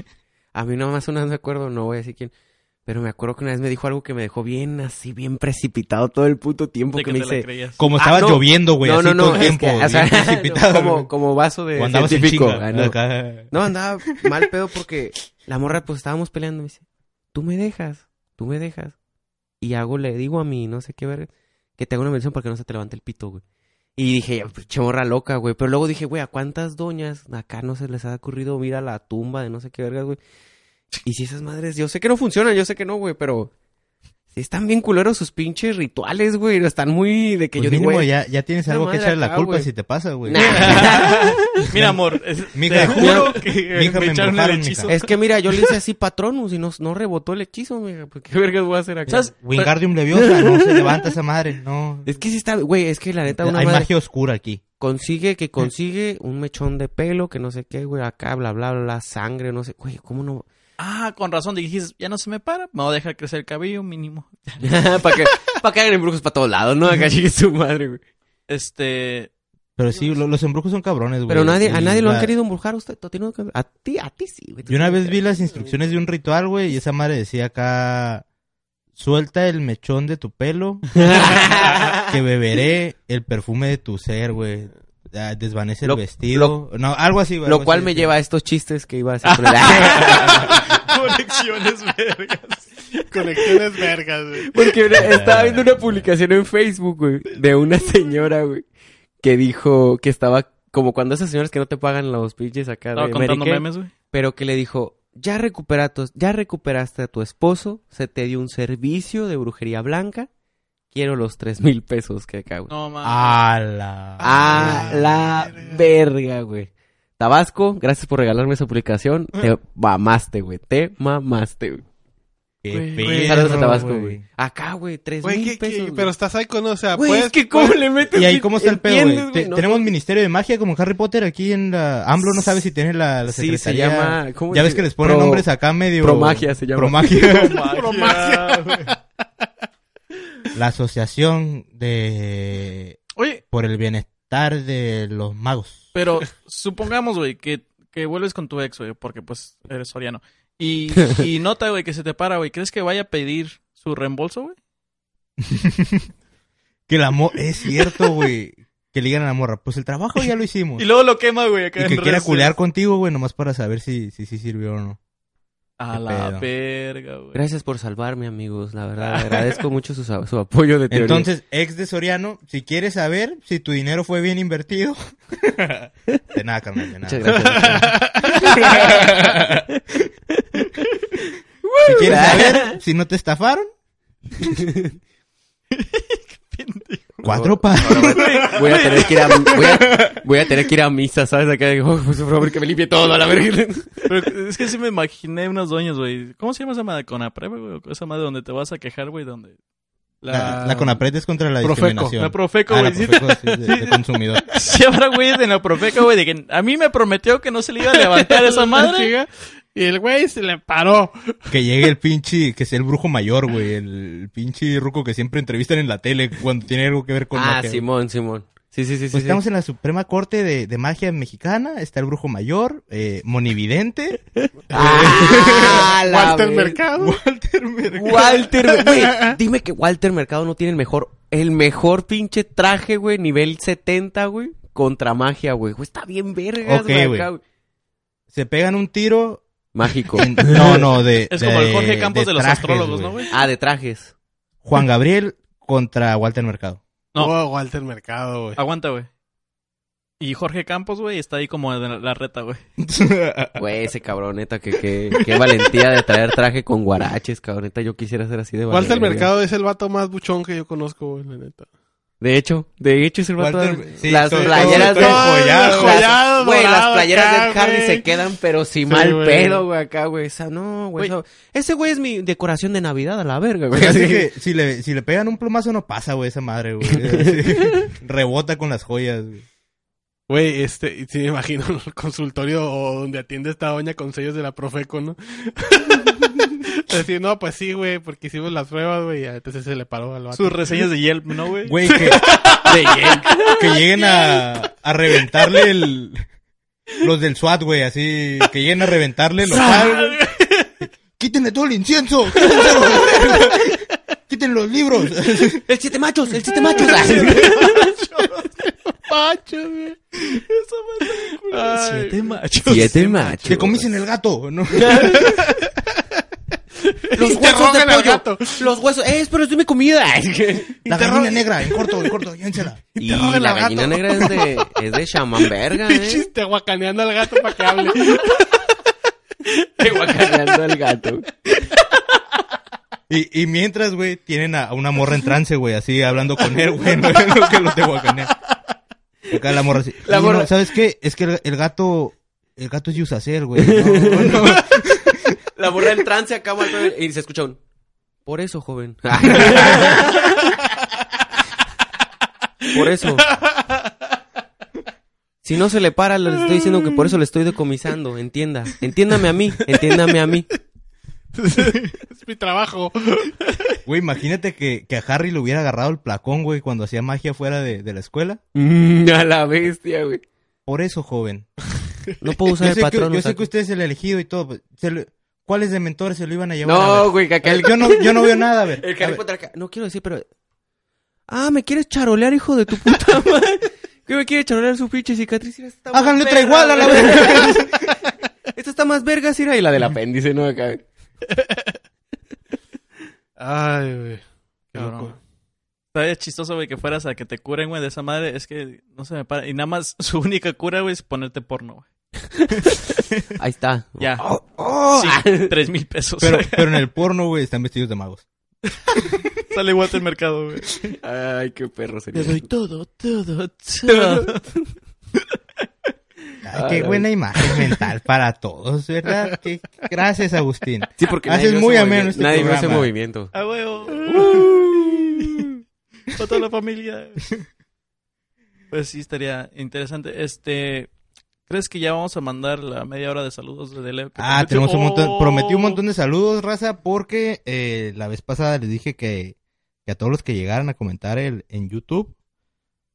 A mí nada más una vez me acuerdo, no voy a decir quién. Pero me acuerdo que una vez me dijo algo que me dejó bien así, bien precipitado todo el puto tiempo.
de
Que, me
que te la
dice.
creías.
Como
Ah,
estaba
no.
lloviendo, güey.
no,
así
no, no.
todo el
es
tiempo.
que, o sea,
bien precipitado,
como,
güey.
como vaso de
O andabas en
científico.
chinga,
Ah, no.
acá.
No, andaba mal pedo porque la morra, pues estábamos peleando. Me dice, tú me dejas, tú me dejas. Y hago, le digo a mi no sé qué ver, que te hago una mención para que no se te levante el pito, güey. Y dije, "Ya, pinche morra loca, güey. Pero luego dije, güey, ¿a cuántas doñas acá no se les ha ocurrido ir a la tumba de no sé qué vergas, güey? Y si esas madres, yo sé que no funcionan, yo sé que no, güey, pero. Sí están bien culeros sus pinches rituales, güey. Están muy de que
Pues
yo digo,
mínimo,
güey.
ya, ya tienes
esa
algo
madre
que echarle la
acá,
culpa
güey.
si te pasa, güey.
nah".
Mira, amor, es-
Mija,
te juro que
mija,
me
me
echaron el
embrujaron,
hechizo.
mija.
Es que mira, yo le hice así patronus y no, no rebotó el hechizo, mija. Pues, ¿Qué vergas voy a hacer acá?
¿Sabes?
Wingardium Leviosa, no se levanta esa madre, no.
Es que sí está, güey, es que la neta una
Hay
madre
magia oscura aquí.
consigue que consigue un mechón de pelo, que no sé qué, güey, acá, bla, bla, bla, bla, sangre, no sé, güey, ¿cómo no?
Ah, con razón, dijiste, ya no se me para, me voy a dejar crecer el cabello mínimo.
para que, para que hagan embrujos para todos lados, ¿no? Acá llegue su madre, güey.
Este,
Pero sí, lo- los embrujos son cabrones, güey.
Pero nadie, a
Sí,
nadie lo han
la-
querido embrujar usted, ¿tú tienes que- a ti, a ti sí, güey. tú
Yo una
tienes
vez
que-
vi las instrucciones de un ritual, güey, y esa madre decía acá... Suelta el mechón de tu pelo, que beberé el perfume de tu ser, güey. Ah, Desvanece
Lo-
el vestido. no, algo así, güey.
Lo
algo
cual
así
me
decía.
lleva a estos chistes que iba a hacer.
conexiones vergas.
Conexiones vergas, güey.
Porque una- estaba viendo una publicación en Facebook, güey, de una señora, güey, que dijo que estaba como cuando esas señoras que no te pagan los pinches acá
Estaba
de
contando
Medicaid,
memes, güey.
pero que le dijo, ya, recupera tu- ya recuperaste a tu esposo, se te dio un servicio de brujería blanca, quiero los tres mil pesos que acá, güey.
No, mames.
Ah.
A la...
a la verga, güey. Tabasco, gracias por regalarme esa publicación. Te mamaste, güey. Te mamaste, güey.
Qué
Güey,
perro,
Saludos a Tabasco,
güey.
güey. Acá, güey, tres
Güey,
mil
¿qué- qué-
pesos. güey.
pero estás ahí con, o sea,
Güey,
pues...
es que cómo le metes.
Y ahí
el-
cómo está el pedo, güey.
¿entiendes,
Te-
No,
Tenemos Ministerio de Magia como Harry Potter aquí en la... AMLO no sabe si tiene la, la
Sí, se
secretaría.
llama. ¿cómo
Ya
se-
ves que les ponen
Pro-
nombres acá medio...
Promagia se llama.
Promagia.
Magia, güey.
la Asociación de...
Oye,
Por el Bienestar de los Magos.
Pero supongamos, güey, que, que vuelves con tu ex, güey, porque pues eres soriano. Y, y nota, güey, que se te para, güey. ¿Crees que vaya a pedir su reembolso, güey?
Que la mo... Es cierto, güey. Que le digan a la morra, pues el trabajo ya lo hicimos.
Y luego lo quema, güey.
Y que quiera culear contigo, güey, nomás para saber si, si, si sirvió o no.
A
Qué
la
pedo.
verga,
pues.
güey.
Gracias por salvarme, amigos. La verdad, agradezco mucho su, su apoyo de teoría.
Entonces, ex de Soriano, si quieres saber si tu dinero fue bien invertido. de nada, carnal, de
Muchas
nada.
gracias.
Si
Ah.
quieres saber si no te estafaron, cuatro pa.
Voy a tener que ir a, voy a, voy a tener que ir a misa, ¿sabes? Acá digo, "Oh, por favor, que me limpie todo a la verga.
Pero es que sí me imaginé unas doñas, güey. ¿Cómo se llama esa madre? Conapre, güey. Esa madre donde te vas a quejar, güey, donde...
La, la Conapred es contra la
Profeco,
discriminación.
La Profeco,
Ah,
güey.
la Profeco, sí, de, de consumidor.
Sí, habrá güeyes en la Profeco, güey, de que a mí me prometió que no se le iba a levantar esa madre.
Siga, Y el güey se le paró.
Que llegue el pinche, que sea el brujo mayor, güey. El pinche ruco que siempre entrevistan en la tele cuando tiene algo que ver con
Ah,
magia.
Simón, Simón. Sí, sí, sí, sí.
Pues
sí.
estamos en la Suprema Corte de, de Magia Mexicana. Está el brujo mayor, eh, monividente.
Ah, la
Walter
verga.
Mercado.
Walter Mercado.
Walter, güey, dime que Walter Mercado no tiene el mejor, el mejor pinche traje, güey, nivel 70, güey, contra magia, güey. Güey, Está bien vergas,
Ok,
güey.
güey.
acá, güey.
Se pegan un tiro.
Mágico.
en- no, no, de.
Es
de-
como el Jorge Campos de, los
trajes,
astrólogos, ¿no, güey?
Ah, de trajes.
Juan Gabriel contra Walter Mercado.
No. Ah,
Oh, Walter Mercado, güey.
Aguanta, güey. Y Jorge Campos, güey, está ahí como en la- la reta, güey.
Güey, ese cabrón, neta, que, que, qué valentía de traer traje con guaraches, cabrón. Neta, yo quisiera ser así de valiente.
Walter Mercado es el vato más buchón que yo conozco, güey, la neta.
De hecho, de hecho, es el vato.
Walter- sí,
las
sobre
playeras
todo,
de.
todo joyado,
las-
joyado,
Güey, las
dorado
playeras
acá,
de Harley
güey.
se quedan, pero sin
Sí,
mal
güey.
pedo, güey, acá, güey. Esa no, güey.
Güey.
esa- Ese güey es mi decoración de Navidad a la verga, güey.
Así que si le, si le pegan un plumazo no pasa, güey, esa madre, güey. Así, Rebota con las joyas, güey.
Güey, este, sí me imagino el consultorio o donde atiende esta doña con sellos de la Profeco, ¿no? Decir, no, pues sí, güey, porque hicimos las pruebas, güey, y entonces se le paró al vato.
Sus reseñas de Yelp, ¿no, güey?
Güey, que, que lleguen a, a reventarle el... Los del SWAT, güey, así, que lleguen a reventarle los... ¡Quítenle todo el incienso! ¡Quiten los libros!
El siete machos, el siete machos. Ah,
¡Pacho, güey!
Siete machos.
siete machos.
¡Que comisen el gato! ¿no?
Los
Y te
huesos de
rogan al
pollo.
gato.
Los huesos. Eh, pero es de mi comida.
La
te
gallina
ro-
negra, en corto, en corto, llévensela.
Y
rogan al
la gallina
gato.
negra es de, es de chamán verga, eh.
Chiste, guacaneando al gato para que hable.
Guacaneando al gato.
Y, y mientras, güey, tienen a, a una morra en trance, güey, así hablando con él, güey, no es lo que los de Guacanea. Acá la morra así.
La
"Oye,
morra-
no, ¿Sabes qué? Es que el, el gato. El gato es Yusacer, güey. No, no, no.
La borra en trance acá, güey, y se escucha un... Por eso, joven. por eso. Si no se le para, le estoy diciendo que por eso le estoy decomisando. Entienda. Entiéndame a mí. Entiéndame a mí.
es mi trabajo.
Güey, imagínate que, que a Harry le hubiera agarrado el placón, güey, cuando hacía magia fuera de, de la escuela.
Mm, a la bestia, güey.
Por eso, joven.
No puedo usar
Yo
el
sé, que,
patrón.
yo
o sea,
sé que usted es el elegido y todo. pues, se lo- ¿Cuáles de mentores se lo iban a llevar? a
No,
ver?
güey, que acá el...
Yo no, yo no veo nada, a ver.
El
A
Harry
ver.
Potter acá. No quiero decir, pero. Ah, ¿me quieres charolear, hijo de tu puta madre? ¿Qué me quiere charolear su pinche cicatriz? Mira, esta está más
Háganle otra
verga,
igual a la
güey.
vez.
Esta está más verga, Sira. Y la del apéndice, ¿no? Acá.
Ay, güey. Qué
Cabrón.
loco.
Todavía es chistoso, güey, que fueras a que te curen, güey, de esa madre. Es que no se me para. Y nada más su única cura, güey, es ponerte porno, güey.
Ahí está.
Ya.
Oh, oh.
Sí,
Ah,
tres mil pesos.
Pero, pero en el porno, güey, están vestidos de magos.
Sale igual del mercado, güey.
Ay, qué perro sería.
todo, todo, todo.
Ay,
Ay,
qué
la
buena imagen mental para todos, ¿verdad? Qué- Gracias, Agustín.
Sí, porque
Haces
vio
Ah, muy
ese
ameno
movimiento.
este
Nadie vio ese
programa.
movimiento.
A huevo.
Uh.
Para toda la familia. Pues sí, estaría interesante. Este. ¿Crees que ya vamos a mandar la media hora de saludos de Leo? que
Ah,
prometió?
tenemos un montón.
¡Oh!
Prometí un montón de saludos, raza, porque eh, la vez pasada les dije que, que a todos los que llegaran a comentar el, en YouTube,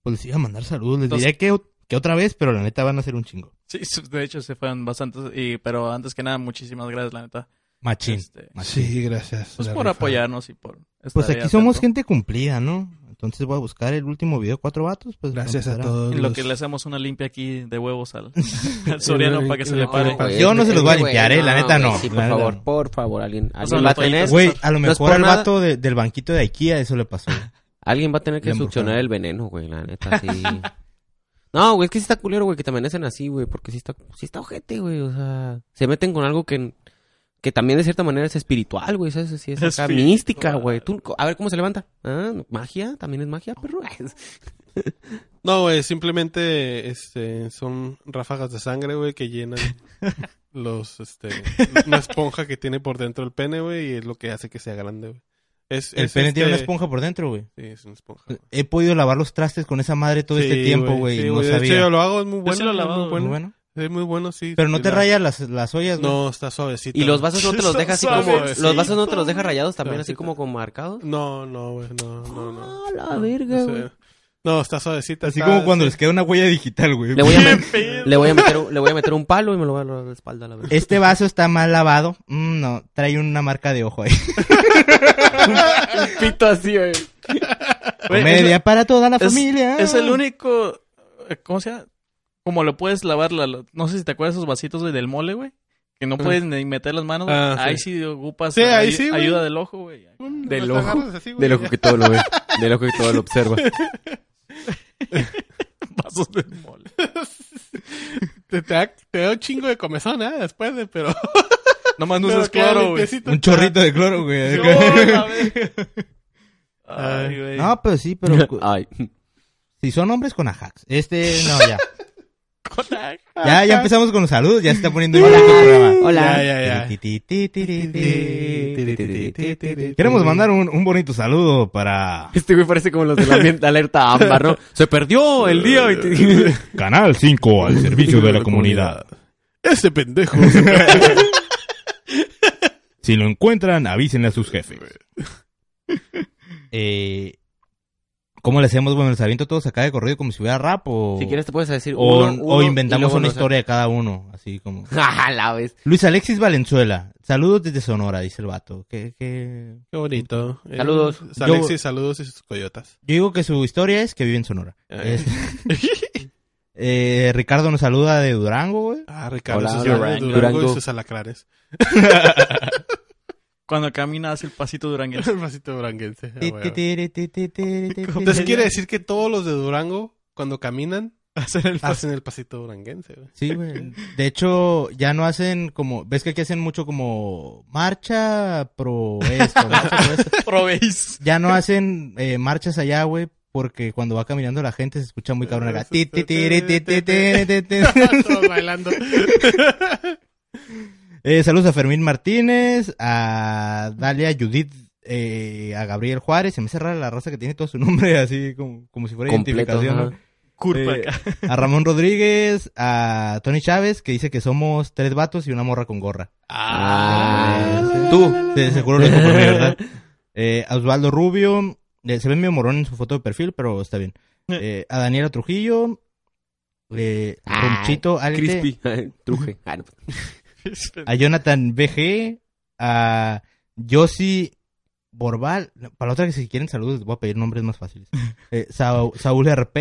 pues les iba a mandar saludos. Les
Entonces-
diría que, o- que otra vez, pero la neta van a ser un chingo.
Sí, de hecho se fueron bastantes. Y, pero antes que nada, muchísimas gracias, la neta.
Machín.
Este,
machín.
Sí, gracias.
pues
La
por
rifa.
apoyarnos y por. estar
Pues
ahí
aquí somos
atento.
gente cumplida, ¿no? Entonces voy a buscar el último video, cuatro vatos. Pues
Gracias
vamos
a
ver
todos.
En lo
los-
que le hacemos una limpia aquí de huevos al, al Soriano para que se le
Ay,
pare.
güey,
Yo no se los voy a
güey,
limpiar, eh, la neta no,
güey, Sí, por
la neta
favor,
no.
por favor, alguien,
sea,
alguien va
los
a tener,
pollitos-
Güey, a lo
No es
mejor
por
al
nada.
vato de- del banquito de Ikea eso le pasó.
alguien va a tener que
Bien, por
succionar
favor.
el veneno, güey, la neta sí. No, güey, es que sí está culero, güey, que te amanecen así, güey, porque sí está, sí está ojete, güey, o sea, se meten con algo que, que también de cierta manera es espiritual, güey, ¿sabes? Sí, es acá
Espiritual.
mística, güey. Tú, a ver, ¿cómo se levanta? Ah, magia, también es magia, perro.
No, güey, simplemente este, son ráfagas de sangre, güey, que llenan los, este, una esponja que tiene por dentro el pene, güey, y es lo que hace que sea grande, güey. Es,
El
es,
pene tiene una
este-
esponja por dentro, güey.
Sí, es una esponja. güey.
He podido lavar los trastes con esa madre todo este
Sí,
tiempo, güey.
sí,
no
güey, de
sabía.
hecho, yo lo hago, es muy bueno.
sí lo he
es muy
lavado,
Muy
bueno.
bueno.
Es muy bueno, sí.
Pero no
sí,
te
la-
rayas las, las ollas, güey.
No, está suavecito.
Y los vasos no te los
Está
dejas así como,
suavecito.
los vasos no te los dejas rayados también
Suavecito.
así como con marcados.
No, no, güey, no, no, no.
Ah, la
No,
verga,
no sé.
güey.
No, está suavecita.
Así
está-
como cuando les queda una huella digital, güey.
Le voy a
Bien
met-
pedo.
Le voy a meter, un- le voy a meter un palo y me lo voy a dar la espalda, la verdad.
Este vaso está mal lavado. Mm, no, trae una marca de ojo ahí.
pito así, güey.
Güey,
Comedia para toda la
es-
familia.
Es el único. eh, ¿Cómo se llama? Como lo puedes lavar. la- la- no sé si te acuerdas de esos vasitos güey, del mole, güey. Que no puedes ni meter las manos. güey.
Ah, sí.
Ahí sí ocupas
Sí, ahí
ay-
sí, güey.
ayuda del ojo, güey.
Mm,
Del
no te
ojo.
agarras así, güey,
Del ojo
ya.
que todo lo ve. Del ojo que todo lo observa.
vasos de mole.
Te, te da, te da un chingo de comezón, ¿eh? Después de, pero...
Nomás no
pero
usas
queda
cloro, güey.
limpiecito.
Un chorrito de cloro, güey.
Yo, la verga. Ay,
Ay.
güey.
No, pero sí, pero cu-
Ay.
si son hombres con ajax. Este, no, ya.
Kodak.
Ya, ya empezamos con los saludos, ya se está poniendo bien loco el programa.
Hola. Ya, ya, ya.
Ti, ti, ti, ti, ti, ti. Queremos mandar un, un bonito saludo para
Este güey parece como los de la ambiente- alerta ámbar, ¿no? Se perdió pues, el día. Y te-
Canal 5 al servicio de la comunidad.
Ese pendejo.
Si lo encuentran, avísenle a sus jefes. Eh, ¿Cómo le hacemos? Bueno, les aviento todos acá de corrido como si fuera rap o,
si quieres te puedes decir
o,
uno,
o
uno, y
inventamos
luego
una
nos-
historia de cada uno, así como...
Ajá, la vez.
Luis Alexis Valenzuela, saludos desde Sonora, dice el vato. Que, que...
Qué bonito. Eh,
Saludos.
Alexis, saludos y sus coyotas.
Yo digo que su historia es que vive en Sonora.
Eh.
Ay.
Este- Eh, Ricardo nos saluda de Durango, güey.
Ah, Ricardo,
Hola,
sus
Durango.
Durango, y
Durango.
sus alacranes.
Cuando camina hace el pasito duranguense.
El vasito duranguense. Ah, güey. Entonces
Entonces
quiere decir que todos los de Durango, cuando caminan,
Hacer
Ah.
el pasito.
hacen el pasito duranguense, güey.
Sí, güey. De hecho, ya no hacen como... ¿Ves que aquí hacen mucho como marcha pro esto, marcha pro esto?
Probéis.
Ya no hacen eh, marchas allá, güey, porque cuando va caminando la gente se escucha muy cabrón acá. Ti, ti, ti, ri, ti, ti, ti, ti, ti.
Todos bailando.
Eh, saludos a Fermín Martínez, a Dalia Judith, eh, a Gabriel Juárez. Se me hace rara la raza que tiene todo su nombre así como, como si fuera
Completo.
identificación. ¿no?
ajá.
Curpa
Eh,
acá.
A Ramón Rodríguez, a Tony Chávez, que dice que somos tres vatos y una morra con gorra.
Ah.
Tú, de seguro lo comprobé, ¿verdad? Eh, a Osvaldo Rubio, eh, se ve medio morón en su foto de perfil, pero está bien. Eh, a Daniela Trujillo, eh,
Ah,
Ronchito Alite,
Crispy. Ay, Truje. Ah, no.
a Jonathan BG, a Yossi Borbal. no, Para la otra que si quieren saludos, les voy a pedir nombres más fáciles. Eh, Sa- Saúl RP.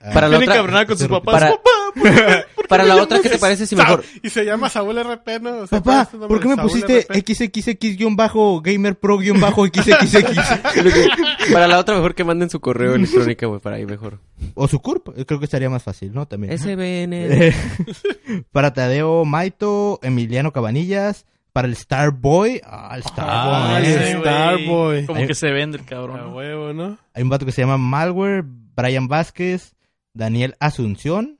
a-
Para la
Tiene
otra-
cabronada con sus
Para-
papás. Papá,
Para la otra, ¿qué te parece si mejor?
Y se llama Saúl RP, ¿no? O sea,
Papá,
parece un
¿por qué me
nombre,
pusiste
Saúl RP?
XXX-Gamer-Pro-XXX?
Para la otra, mejor que manden su correo electrónico, güey, para ahí mejor.
O su CURP, creo que estaría más fácil, ¿no? También.
SBN.
Eh, para Tadeo Maito, Emiliano Cabanillas, para el Starboy. Ah, el
Ah,
Starboy.
el
ese, güey.
Starboy.
Como que se vende el cabrón.
A
¿no?
huevo, ¿no?
Hay un vato que se llama Malware, Brian Vázquez, Daniel Asunción,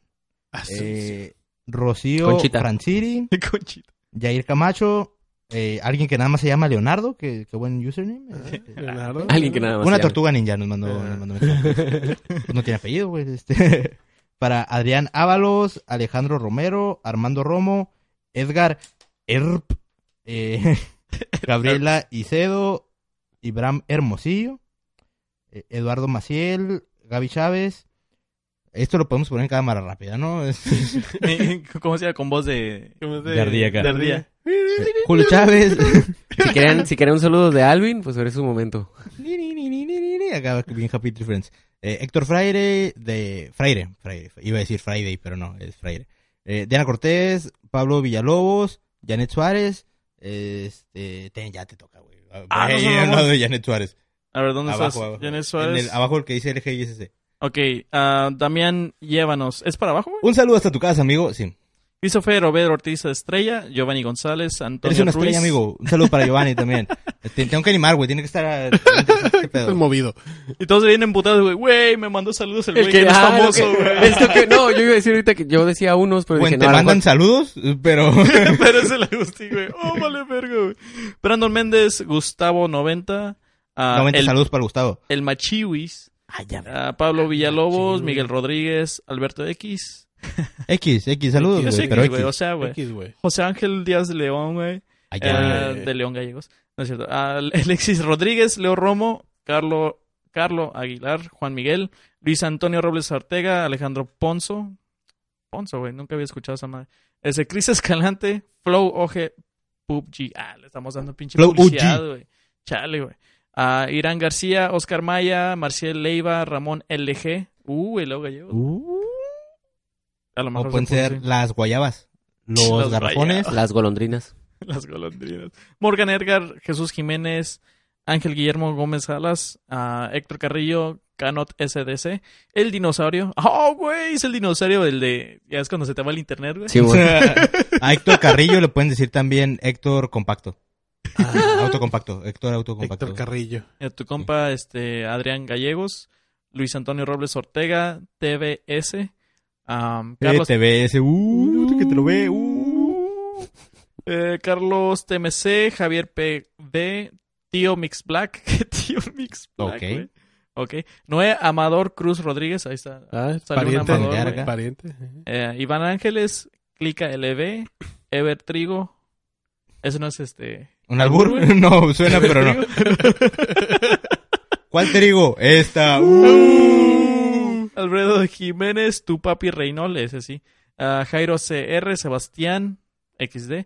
Ah,
eh, Rocío
Conchita.
Franciri,
Qué conchito.
Jair Camacho, eh, alguien que nada más se llama Leonardo, que, que buen username. eh,
Leonardo.
Alguien que nada más.
Una
se llame.
tortuga ninja nos mandó,
Ah.
nos mandó mensaje. Pues no tiene apellido, güey. este. Para Adrián Ábalos, Alejandro Romero, Armando Romo, Edgar Erp, eh, Gabriela Icedo, Ibram Hermosillo, eh, Eduardo Maciel, Gaby Chávez. Esto lo podemos poner en cámara rápida, ¿no? Es-
¿Cómo se llama? Con voz de.
¿Cómo se-
De ardíaca.
De ardía.
Julio Chávez.
Si quieren, si quieren un saludo de Alvin, pues ahora es su momento.
Acá bien Happy Tree Friends. Eh, Héctor Fraire de Fraire, Fraire, iba a decir Friday, pero no, es Fraire. Eh, Diana Cortés, Pablo Villalobos, Janet Suárez, este, ten, ya te toca, güey.
Ah, no,
Ahí
no,
en
no,
el
no.
lado de Janet Suárez.
A ver, ¿dónde
abajo,
estás?
abajo.
Janet
En
Suárez.
el- abajo el que dice LGISC.
Ok, ah, Damián, llévanos. ¿Es para abajo, güey?
Un saludo hasta tu casa, amigo. Sí.
Christopher Obed Ortiz Estrella, Giovanni González, Antonio
Eres una
Ruiz.
estrella, amigo. Un saludo para Giovanni también. Te- tengo que animar, güey. Tiene que estar.
Este
¿Qué
Estás
pedo?
movido.
Y todos vienen emputados, güey. Güey, me mandó saludos el
El
güey que,
que,
es
ah,
famoso,
lo que-
güey.
esto que- no, yo iba a decir ahorita que yo decía unos, pero
Bueno,
dije,
te
no, a lo
mandan
mejor-
saludos, pero.
Pero es el Agustín, güey. Oh, vale, verga, güey. Brandon Méndez, Gustavo 90, ah,
90
el,
saludos para Gustavo.
el Machiwis,
Ay, ya.
ah, Pablo Villalobos,
Machiwis.
Miguel Rodríguez, Alberto X.
X, X, saludos,
Yo
güey,
sé
pero
X,
X.
güey, o sea, güey.
X, güey.
José Ángel Díaz León, güey.
Ay,
Eh,
ya,
Ah,
de León Gallegos. No es cierto. Ah, Alexis Rodríguez, Leo Romo, Carlo, Carlo Aguilar, Juan Miguel, Luis Antonio Robles Ortega, Alejandro Ponzo. Ponzo, güey, nunca había escuchado esa madre. Ese Cris Escalante, Flow OG, PUBG. Ah, le estamos dando pinche
Flow OG.
publicidad, güey. Chale, güey. Ah, Irán García, Oscar Maya, Marcial Leiva, Ramón LG. Uh, el Leo Gallegos.
Uh,
A lo
o
mejor
pueden
se puso
ser
así.
las guayabas, los,
Los
garrafones,
Las golondrinas.
Las golondrinas. Morgan Edgar, Jesús Jiménez, Ángel Guillermo Gómez Salas, ah, Héctor Carrillo, Canot SDC. El dinosaurio. ¡Oh, güey! Es el dinosaurio del de. Ya es cuando se te va el internet, güey.
Sí, güey.
A Héctor Carrillo le pueden decir también Héctor Compacto.
Ah.
autocompacto. Héctor Autocompacto.
Héctor Carrillo.
Y a Eh, tu compa, este, Adrián Gallegos, Luis Antonio Robles Ortega, TBS, am, Carlos,
TVS. Uh, que te lo ve. Uh.
eh, Carlos TMC, Javier PD, Tío Mix Black, ¿Qué tío Mix Black,
Ok.
güey? Ok. Noé Amador Cruz Rodríguez, ahí está.
Ah,
Salió un
pariente.
amador,
familiar
güey.
acá.
Pariente.
Eh, Iván Ángeles, Clica LB, Ever Trigo. Eso no es este.
¿Un albur?
güey.
No, suena, pero no. ¿Cuál trigo? Esta. Uh.
Alfredo Jiménez, tu papi Reynol, ese sí. Ah, Jairo CR, Sebastián XD.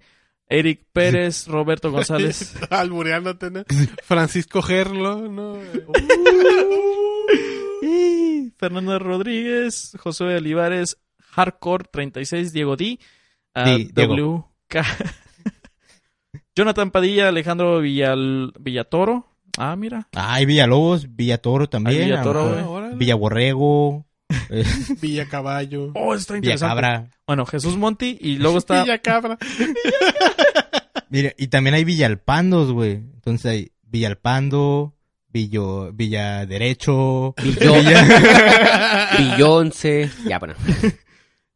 Eric Pérez, Roberto González.
Albureándote, ¿no? Francisco Gerlo, ¿no? Uh,
Y Fernando Rodríguez, José Olivares, Hardcore 36, Diego D. ah,
Di- Diego.
WK. Jonathan Padilla, Alejandro Villal- Villatoro. Ah, mira.
Ay, Villalobos, Villatoro también.
Ay, Villatoro,
a lo
güey.
mejor.
Ah, órale.
Villaborrego, eh,
Villacaballo.
Oh, está interesante.
Villacabra.
Bueno, Jesús Monti y luego está
Villacabra.
Mira, y también hay Villalpandos, güey. Entonces hay Villalpando, Villo, Villaderecho.
Billonce. Ya, bueno.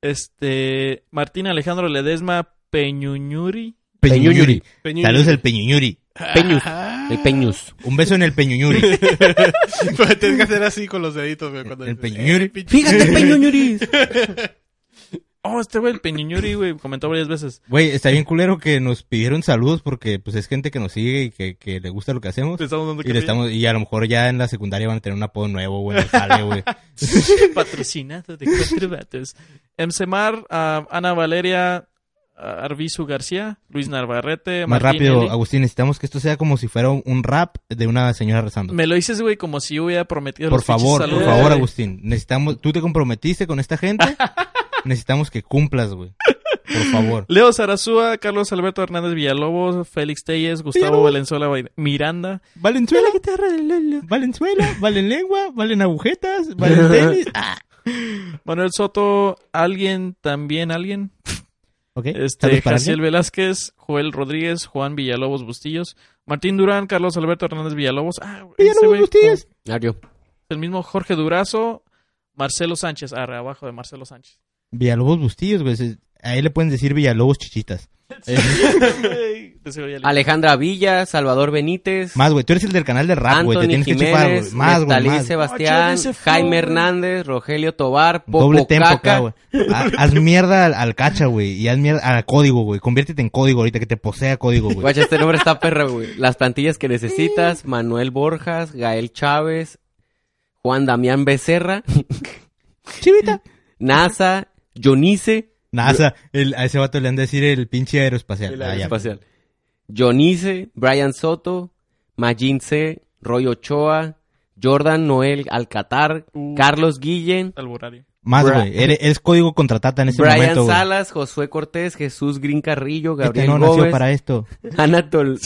este Martín Alejandro Ledesma Peñuñuri.
Peñuñuri.
Peñuñuri.
Peñuñuri.
Saludos al Peñuñuri.
Peñus.
Ah.
El Peñus.
Un beso en el Peñuñuri.
Pero tienes que hacer así con los deditos, güey. Cuando
El
dices,
Peñuñuri.
"Eh, pinche-".
Fíjate, Peñuñuris.
Oh, este güey, el Peñuñuri, güey, comentó varias veces.
Güey, está bien culero que nos pidieron saludos porque pues es gente que nos sigue y que, que le gusta lo que hacemos.
Le estamos dando
Y, le estamos, y a lo mejor ya en la secundaria van a tener un apodo nuevo, güey, en el jale, güey.
patrocinado de cuatro vatos. Emsemar, ah, Ana Valeria, ah, Arbizu García, Luis Narvarrete,
Más
Martín
rápido,
Eli.
Agustín, necesitamos que esto sea como si fuera un rap de una señora rezando.
Me lo dices, güey, como si yo hubiera prometido
Por
los pinches
favor,
saludos,
por favor,
güey.
Agustín. Necesitamos, tú te comprometiste con esta gente. necesitamos que cumplas, güey. Por favor.
Leo Zarazúa, Carlos Alberto Hernández Villalobos, Félix Telles, Gustavo Valenzuela Vai- Miranda.
Valenzuela, Valenzuela, valen lengua, valen agujetas, valen tenis. Ah,
Manuel Soto, alguien, también alguien.
ok.
Este,
¿Saludos para
Jaciel
alguien?
Velázquez, Joel Rodríguez, Juan Villalobos Bustillos, Martín Durán, Carlos Alberto Hernández Villalobos. Ah, güey, ese
Villalobos
güey,
Bustillos.
Mario.
El mismo Jorge Durazo, Marcelo Sánchez, arre, abajo de Marcelo Sánchez.
Villalobos Bustillos, güey. se- A él le pueden decir Villalobos Chichitas.
Eh, Güey, de seguro ya le-
Alejandra Villa, Salvador Benítez.
Más, güey. Tú eres el del canal de rap, güey. Te
Anthony
tienes que chupar, güey.
Jiménez,
Más, güey.
Nestalí
Más.
Sebastián,
Ocho veces fue,
Jaime
güey.
Hernández, Rogelio Tobar, Popo
Doble tempo
Caca.
acá, güey. Ha- Haz mierda al, al cacha, güey. Y haz mierda al código, güey. Conviértete en código ahorita que te posea código, güey.
Guacha, este nombre está perro, güey. Las plantillas que necesitas, Manuel Borjas, Gael Chávez, Juan Damián Becerra,
Chivita.
NASA, Yonice,
NASA. El, a ese vato le han de decir el pinche aeroespacial.
el
Ah, ya.
aeroespacial, Yonice, Brian Soto, Majin C, Roy Ochoa, Jordan Noel Alcatar,
Uh.
Carlos Guillén,
Alburario.
Más,
Bra-
güey. Eres, eres código contratata en ese
Brian
momento, güey.
Salas, Josué Cortés, Jesús Grin Carrillo,
Este
Gabriel
no nació
Gómez,
para esto. E,
Anatol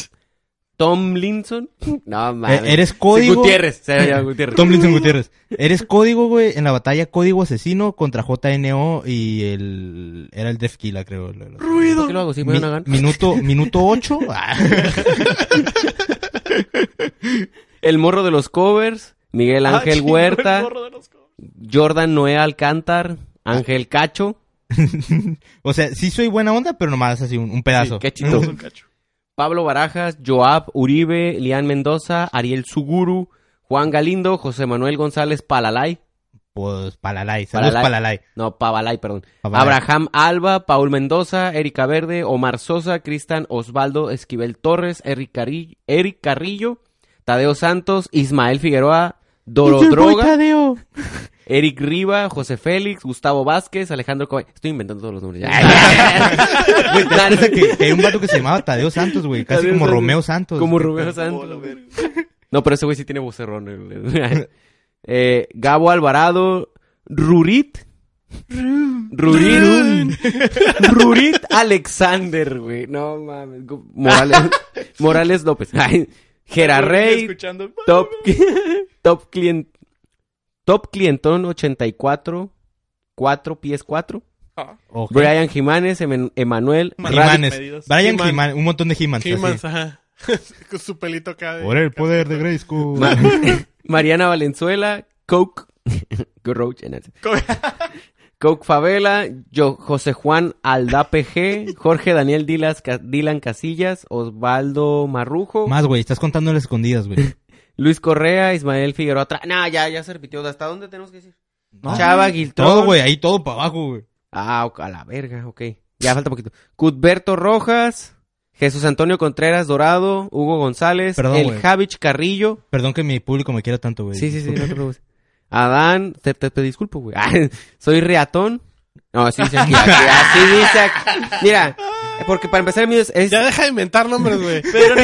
Tomlinson. No, mames.
Eh, eres código.
Gutiérrez. Se llama Gutiérrez.
Tomlinson Gutiérrez. Eres código, güey, en la batalla código asesino contra JNO y el. Era el Def Killa, creo. lo- lo-
¿Por qué lo hago? ¿Sí me
Mi-
van a ganar?
minuto, minuto Ah. 8.
El morro de los covers. Miguel
Ah,
Ángel
chingo, el
Huerta.
gorro de los co-
Jordan Noé Alcántar.
Ah.
Ángel Cacho.
o sea, sí soy buena onda, pero nomás así un, un pedazo.
Sí, qué chido.
Es un cacho.
Pablo Barajas. Joab Uribe. Lian Mendoza. Ariel Suguru. Juan Galindo. José Manuel González Palalay.
Pues palalay. Saludos, palalay.
Palalay. No, Pabalay, perdón.
Pabalay.
Abraham Alba, Paul Mendoza, Erika Verde, Omar Sosa, Cristian Osvaldo Esquivel Torres, Eric, Carri- Eric Carrillo, Tadeo Santos, Ismael Figueroa, Dorodroga, Eric Riva, José Félix, Gustavo Vázquez, Alejandro Cobay. Estoy inventando todos los nombres ya.
Güey, ¿te das cuenta que, que hay un vato que se llamaba Tadeo Santos, güey. Casi
Tadeo
como
Santos.
Romeo Santos.
Como Rubén Santos. No, pero ese güey sí tiene vocerrón. el- Eh, Gabo Alvarado, Rurit. Rurit. Rurit Alexander, güey. No mames. Morales, Morales López. Ay, Gerard Rey,
Escuchando.
top, top client. Top Clientón 84, 4 pies 4.
ah.
Ok.
Brian Jiménez, Emen- Emanuel,
Ma-
Ra-
Jimanes.
Medidas.
Brian
He-Man.
Jimanes, un montón de He-Man.
He-Man, ajá. Con su pelito acá. de-
Por el poder de Grayskull.
Ma- Mariana Valenzuela, Coke, Roach, en el- Coke Favela, yo, José Juan Aldape G, Jorge Daniel Dilas, Ca- Dylan Casillas, Osvaldo Marrujo,
Más, güey, estás contando las escondidas, güey.
Luis Correa, Ismael Figueroa. Tra- No, ya, ya se repitió. ¿Hasta dónde tenemos que decir?
No,
Chava Giltrón.
Todo, güey, ahí todo para abajo, güey.
Ah, ok, a la verga, ok. Ya falta poquito. Cudberto Rojas, Jesús Antonio Contreras Dorado, Hugo González,
Perdón,
el
güey.
Javich Carrillo.
Perdón que mi público me quiera tanto, güey.
Sí, sí, sí, no te preocupes. Adán, te, te- te disculpo, güey. Ah, Soy Riatón. No, así dice aquí, aquí, así dice aquí. Mira, porque para empezar el mío es... es-
Ya deja de inventar nombres, güey.
Pero ni,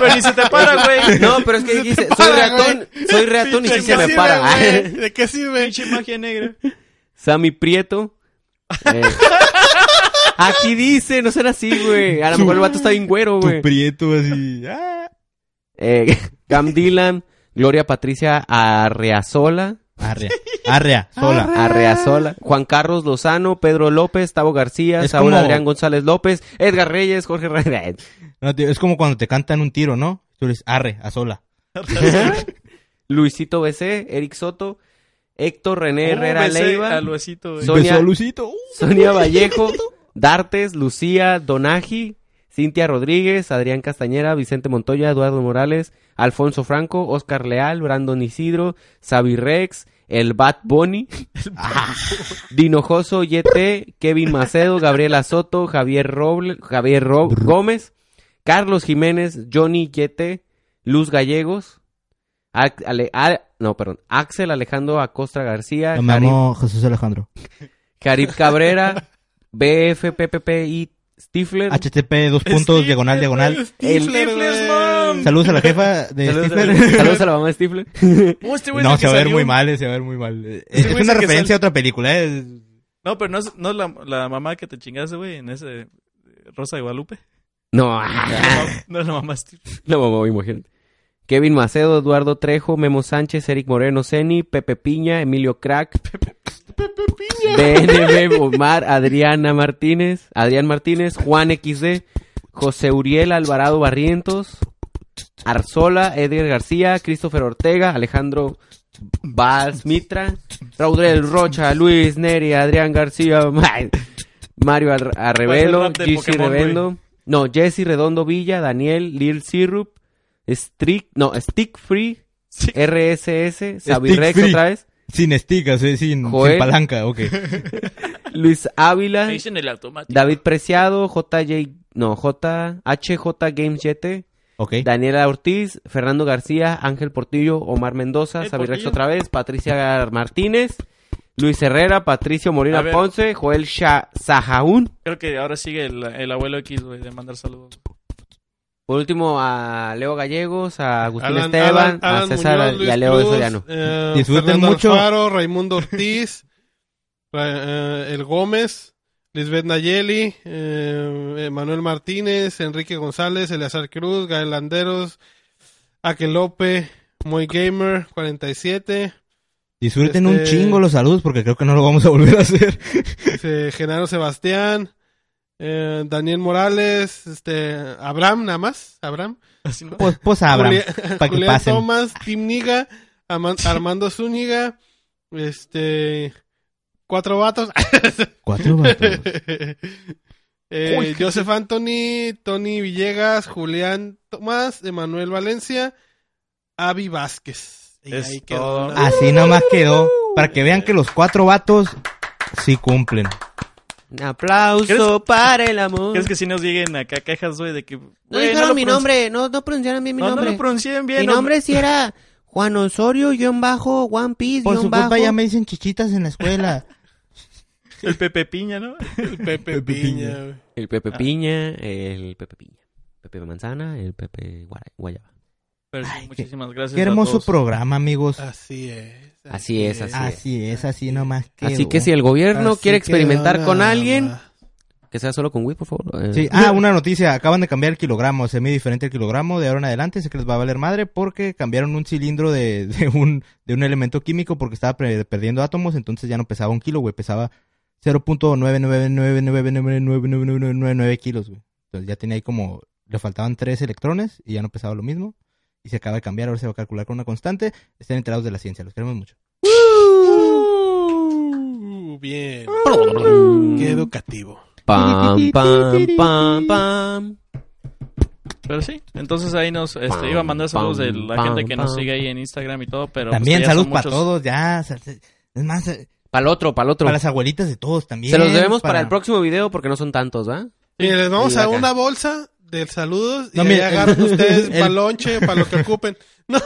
pero ni se te para, güey.
No, pero es que dice,
para,
soy Riatón, soy Riatón y
¿De
sí
qué
se me
sirve,
para. Ah,
güey? ¿De qué sirve?
Pinche magia negra.
Sammy Prieto. Eh, aquí dice, no será así, güey. A lo
Tu-
mejor el vato está bien güero,
Tu
güey.
prieto así. ah.
Eh, Cam Dylan, Gloria Patricia Arreazola,
Arrea. Arrea, sola.
Arreazola, Juan Carlos Lozano, Pedro López, Tavo García,
Es
Saúl
como-
Adrián González López, Edgar Reyes, Jorge Reyes.
No, tío, es como cuando te cantan un tiro, ¿no? Tú dices arre, a sola.
Luisito BC, Eric Soto, Héctor René Herrera
Uh, besé
Leiva,
A Luisito, güey.
Sonia-
Empezó Lucito. uh.
Sonia Vallejo, Dartes, Lucía, Donaji, Cintia Rodríguez, Adrián Castañera, Vicente Montoya, Eduardo Morales, Alfonso Franco, Oscar Leal, Brandon Isidro, Xavi Rex, el Bat Bunny, Dinojoso YT, Kevin Macedo, Gabriela Soto, Javier Roble, Javier Ro- Gómez, Carlos Jiménez, Johnny YT, Luz Gallegos, Ac- Ale- Al- no, perdón, Axel Alejandro Acosta García,
Lo me
Karim
llamó Jesús Alejandro.
Jarib Cabrera, BFPPPI Stifler.
HTTP, dos puntos, diagonal, diagonal.
Stifler,
El-
güey.
Mom.
Saludos a la jefa de
Saludos,
Stifler.
a- saludos a la mamá de Stifler.
Oh, este güey es
No,
el
se
que
va a ver
salió.
muy mal, eh, se va a ver muy mal. Eh,
Ese
Es
güey es
una
el que
referencia a otra película, eh.
No, pero no es, no es la, la mamá que te chingaste, güey, en ese eh, Rosa de Guadalupe.
No,
No es la mamá Steve.
la mamá, imagínate. Kevin Macedo, Eduardo Trejo, Memo Sánchez, Eric Moreno Ceni, Pepe Piña, Emilio Crack, BNB Omar, Adriana Martínez, Adrián Martínez, Juan XD, José Uriel Alvarado Barrientos, Arzola, Edgar García, Christopher Ortega, Alejandro Valls Mitra, Raudel Rocha, Luis Neri, Adrián García, Ma- Mario Ar- Arrevelo,
rap de
Jesse
Pokémon, güey.
Redondo, no, Jesse Redondo Villa, Daniel, Lil Syrup, Strict, no, Stick Free,
Sí.
RSS, Sabi
Stick
Rex
Free.
otra vez,
Sin stickas, eh, sin,
Joel.
sin palanca, ok.
Luis Ávila,
Me dicen el automático.
David Preciado, JJ, no, J, HJ Games YT,
Ok.
Daniela Ortiz, Fernando García, Ángel Portillo, Omar Mendoza,
El
Xavi Rex
Portillo.
otra vez, Patricia Martínez, Luis Herrera, Patricio
A
Molina
ver.
Ponce, Joel Sha- Sahaún,
Creo que ahora sigue el, el abuelo X, güey, de mandar saludos.
por último a Leo Gallegos, a Agustín
Alan-
Esteban,
Alan- Alan
a César y a
Muñoz, Luis
Leo de
Cruz,
Soriano.
eh,
Disfruten
Fernando
mucho.
Alfaro, Raimundo Ortiz, Ra- eh, El Gómez, Lisbeth Nayeli, eh, eh, Manuel Martínez, Enrique González, Eleazar Cruz, Gael Landeros, Ake Lope, Moy Gamer, 47,
Disfruten un
Este-
chingo los saludos porque creo que no lo vamos a volver a hacer.
dice, Genaro Sebastián, eh, Daniel Morales, este, Abraham nada más, Abraham,
Así, ¿no?
Pues, pues abran,
Julia-
para que
Julián
pasen.
Tomás, Tim Niga, Ama- Armando Zúñiga, este. Cuatro vatos.
Cuatro vatos.
Eh,
Uy, qué-
Joseph Anthony, Tony Villegas, Julián Tomás, Emanuel Valencia, Avi Vázquez. Y
Es
ahí quedó,
todo.
¿no?
Así nomás quedó. Para que vean que los cuatro vatos sí cumplen.
Un aplauso
¿Crees-
para el amor.
¿Crees que si nos lleguen acá quejas, güey, de que. güey,
No dijeron
Eh, lo
mi
pronunci-
nombre, no, no pronunciaron bien mi
No, no
nombre.
lo pronuncien bien.
mi
no-
nombre sí era Juan Osorio, guión bajo, One Piece,
Por su
guión bajo.
culpa ya me dicen chichitas en la escuela.
El Pepe Piña, ¿no?
El Pepe
Piña.
Piña. güey.
El Pepe Piña, el Pepe Piña. Pepe Manzana, el Pepe Guara- Guayaba.
Pero sí,
Ay, qué-
muchísimas gracias.
Qué
a
hermoso
todos.
programa, amigos.
Así es.
Así es, así
Así es, así nomás quedó.
Así que si el gobierno
Así
quiere
quedó
experimentar con
nada
alguien,
más.
Que sea solo con Wii, por favor. Eh,
Sí, ah, una noticia. Acaban de cambiar el kilogramo. Se mide diferente el kilogramo. De ahora en adelante sé que les va a valer madre porque cambiaron un cilindro de, de un, de un elemento químico porque estaba pre- perdiendo átomos. Entonces ya no pesaba un kilo, güey. Pesaba 0.999999999 kilos, güey. Entonces ya tenía ahí como... Le faltaban tres electrones y ya no pesaba lo mismo. Y se acaba de cambiar. Ahora se va a calcular con una constante. Estén enterados de la ciencia. Los queremos mucho.
Uh, bien.
Mm.
Qué educativo.
Pam, pam, pam, pam.
Pero sí, entonces ahí nos este,
Pam,
iba a mandar saludos
pam,
de la
pam,
gente que nos
pam.
sigue ahí en Instagram y todo, pero... pues,
También
que ya son
salud para
muchos.
todos. Ya. sal- Es más, eh,
Pa'l otro, pa'l otro.
para las abuelitas de todos también.
Se los debemos para... el próximo video porque no son tantos, ¿va?
Miren, les vamos
Y
a
acá.
una bolsa de saludos y
No,
ahí
mire,
agarran ustedes
el-
para lonche, para lo que ocupen.
No,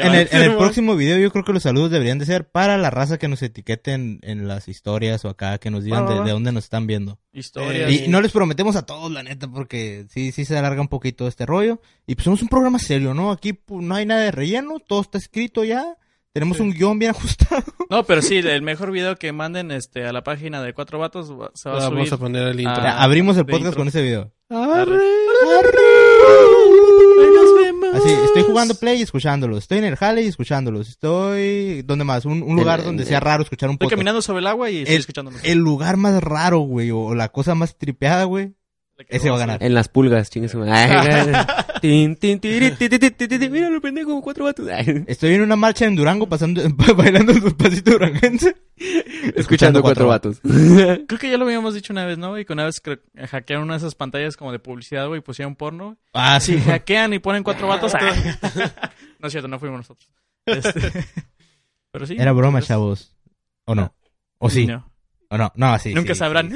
en, el, en el
Sí,
próximo video yo creo que los saludos deberían de ser para la raza que nos etiqueten en las historias o acá, que nos digan
Va, va,
de,
va.
de dónde nos están viendo.
Historias.
Eh, Y no les prometemos a todos, la neta, porque sí, sí se alarga un poquito este rollo. Y pues somos un programa serio, ¿no? Aquí pu- no hay nada de relleno, todo está escrito ya. Tenemos
Sí.
un guión bien ajustado.
No, pero sí, el mejor video que manden este a la página de Cuatro Vatos va- se va a
Vamos
subir.
a poner el intro.
Ah,
Abrimos el
de
podcast
intro.
con ese video.
Arre.
Así, estoy jugando play y escuchándolos. Estoy en el jale y escuchándolos. Estoy, ¿dónde más? Un, un lugar
En-
donde
en-
sea raro escuchar un
Estoy
podcast.
caminando sobre el agua y estoy escuchándonos.
El lugar más raro, güey, o la cosa más tripeada, güey. ese va a ganar.
En las pulgas, chingue su madre. Ay, tin, tin, tiri, ti, ti, ti, ti, ti, ti. Mira lo pendejo, cuatro vatos. Ay,
Estoy en una marcha en Durango pasando, bailando el pasito duranguense.
Escuchando cuatro vatos.
Eh, Creo que ya lo habíamos dicho una vez, ¿no? Y que una vez cre- hackearon una de esas pantallas como de publicidad, güey, y pusieron porno.
Ah,
Si
sí.
hackean y ponen cuatro vatos. ah. no es cierto, no fuimos nosotros. Este, Pero sí.
Era broma,
entonces,
chavos. ¿O no? ¿O sí?
no.
¿O no? No, así.
Nunca
sí. Oh.
sabrán.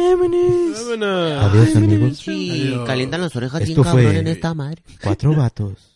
Vámonos.
Adiós, amigos.
Sí,
Adiós.
calientan las orejas bien
Esto fue-
cabrón en esta madre.
Cuatro vatos.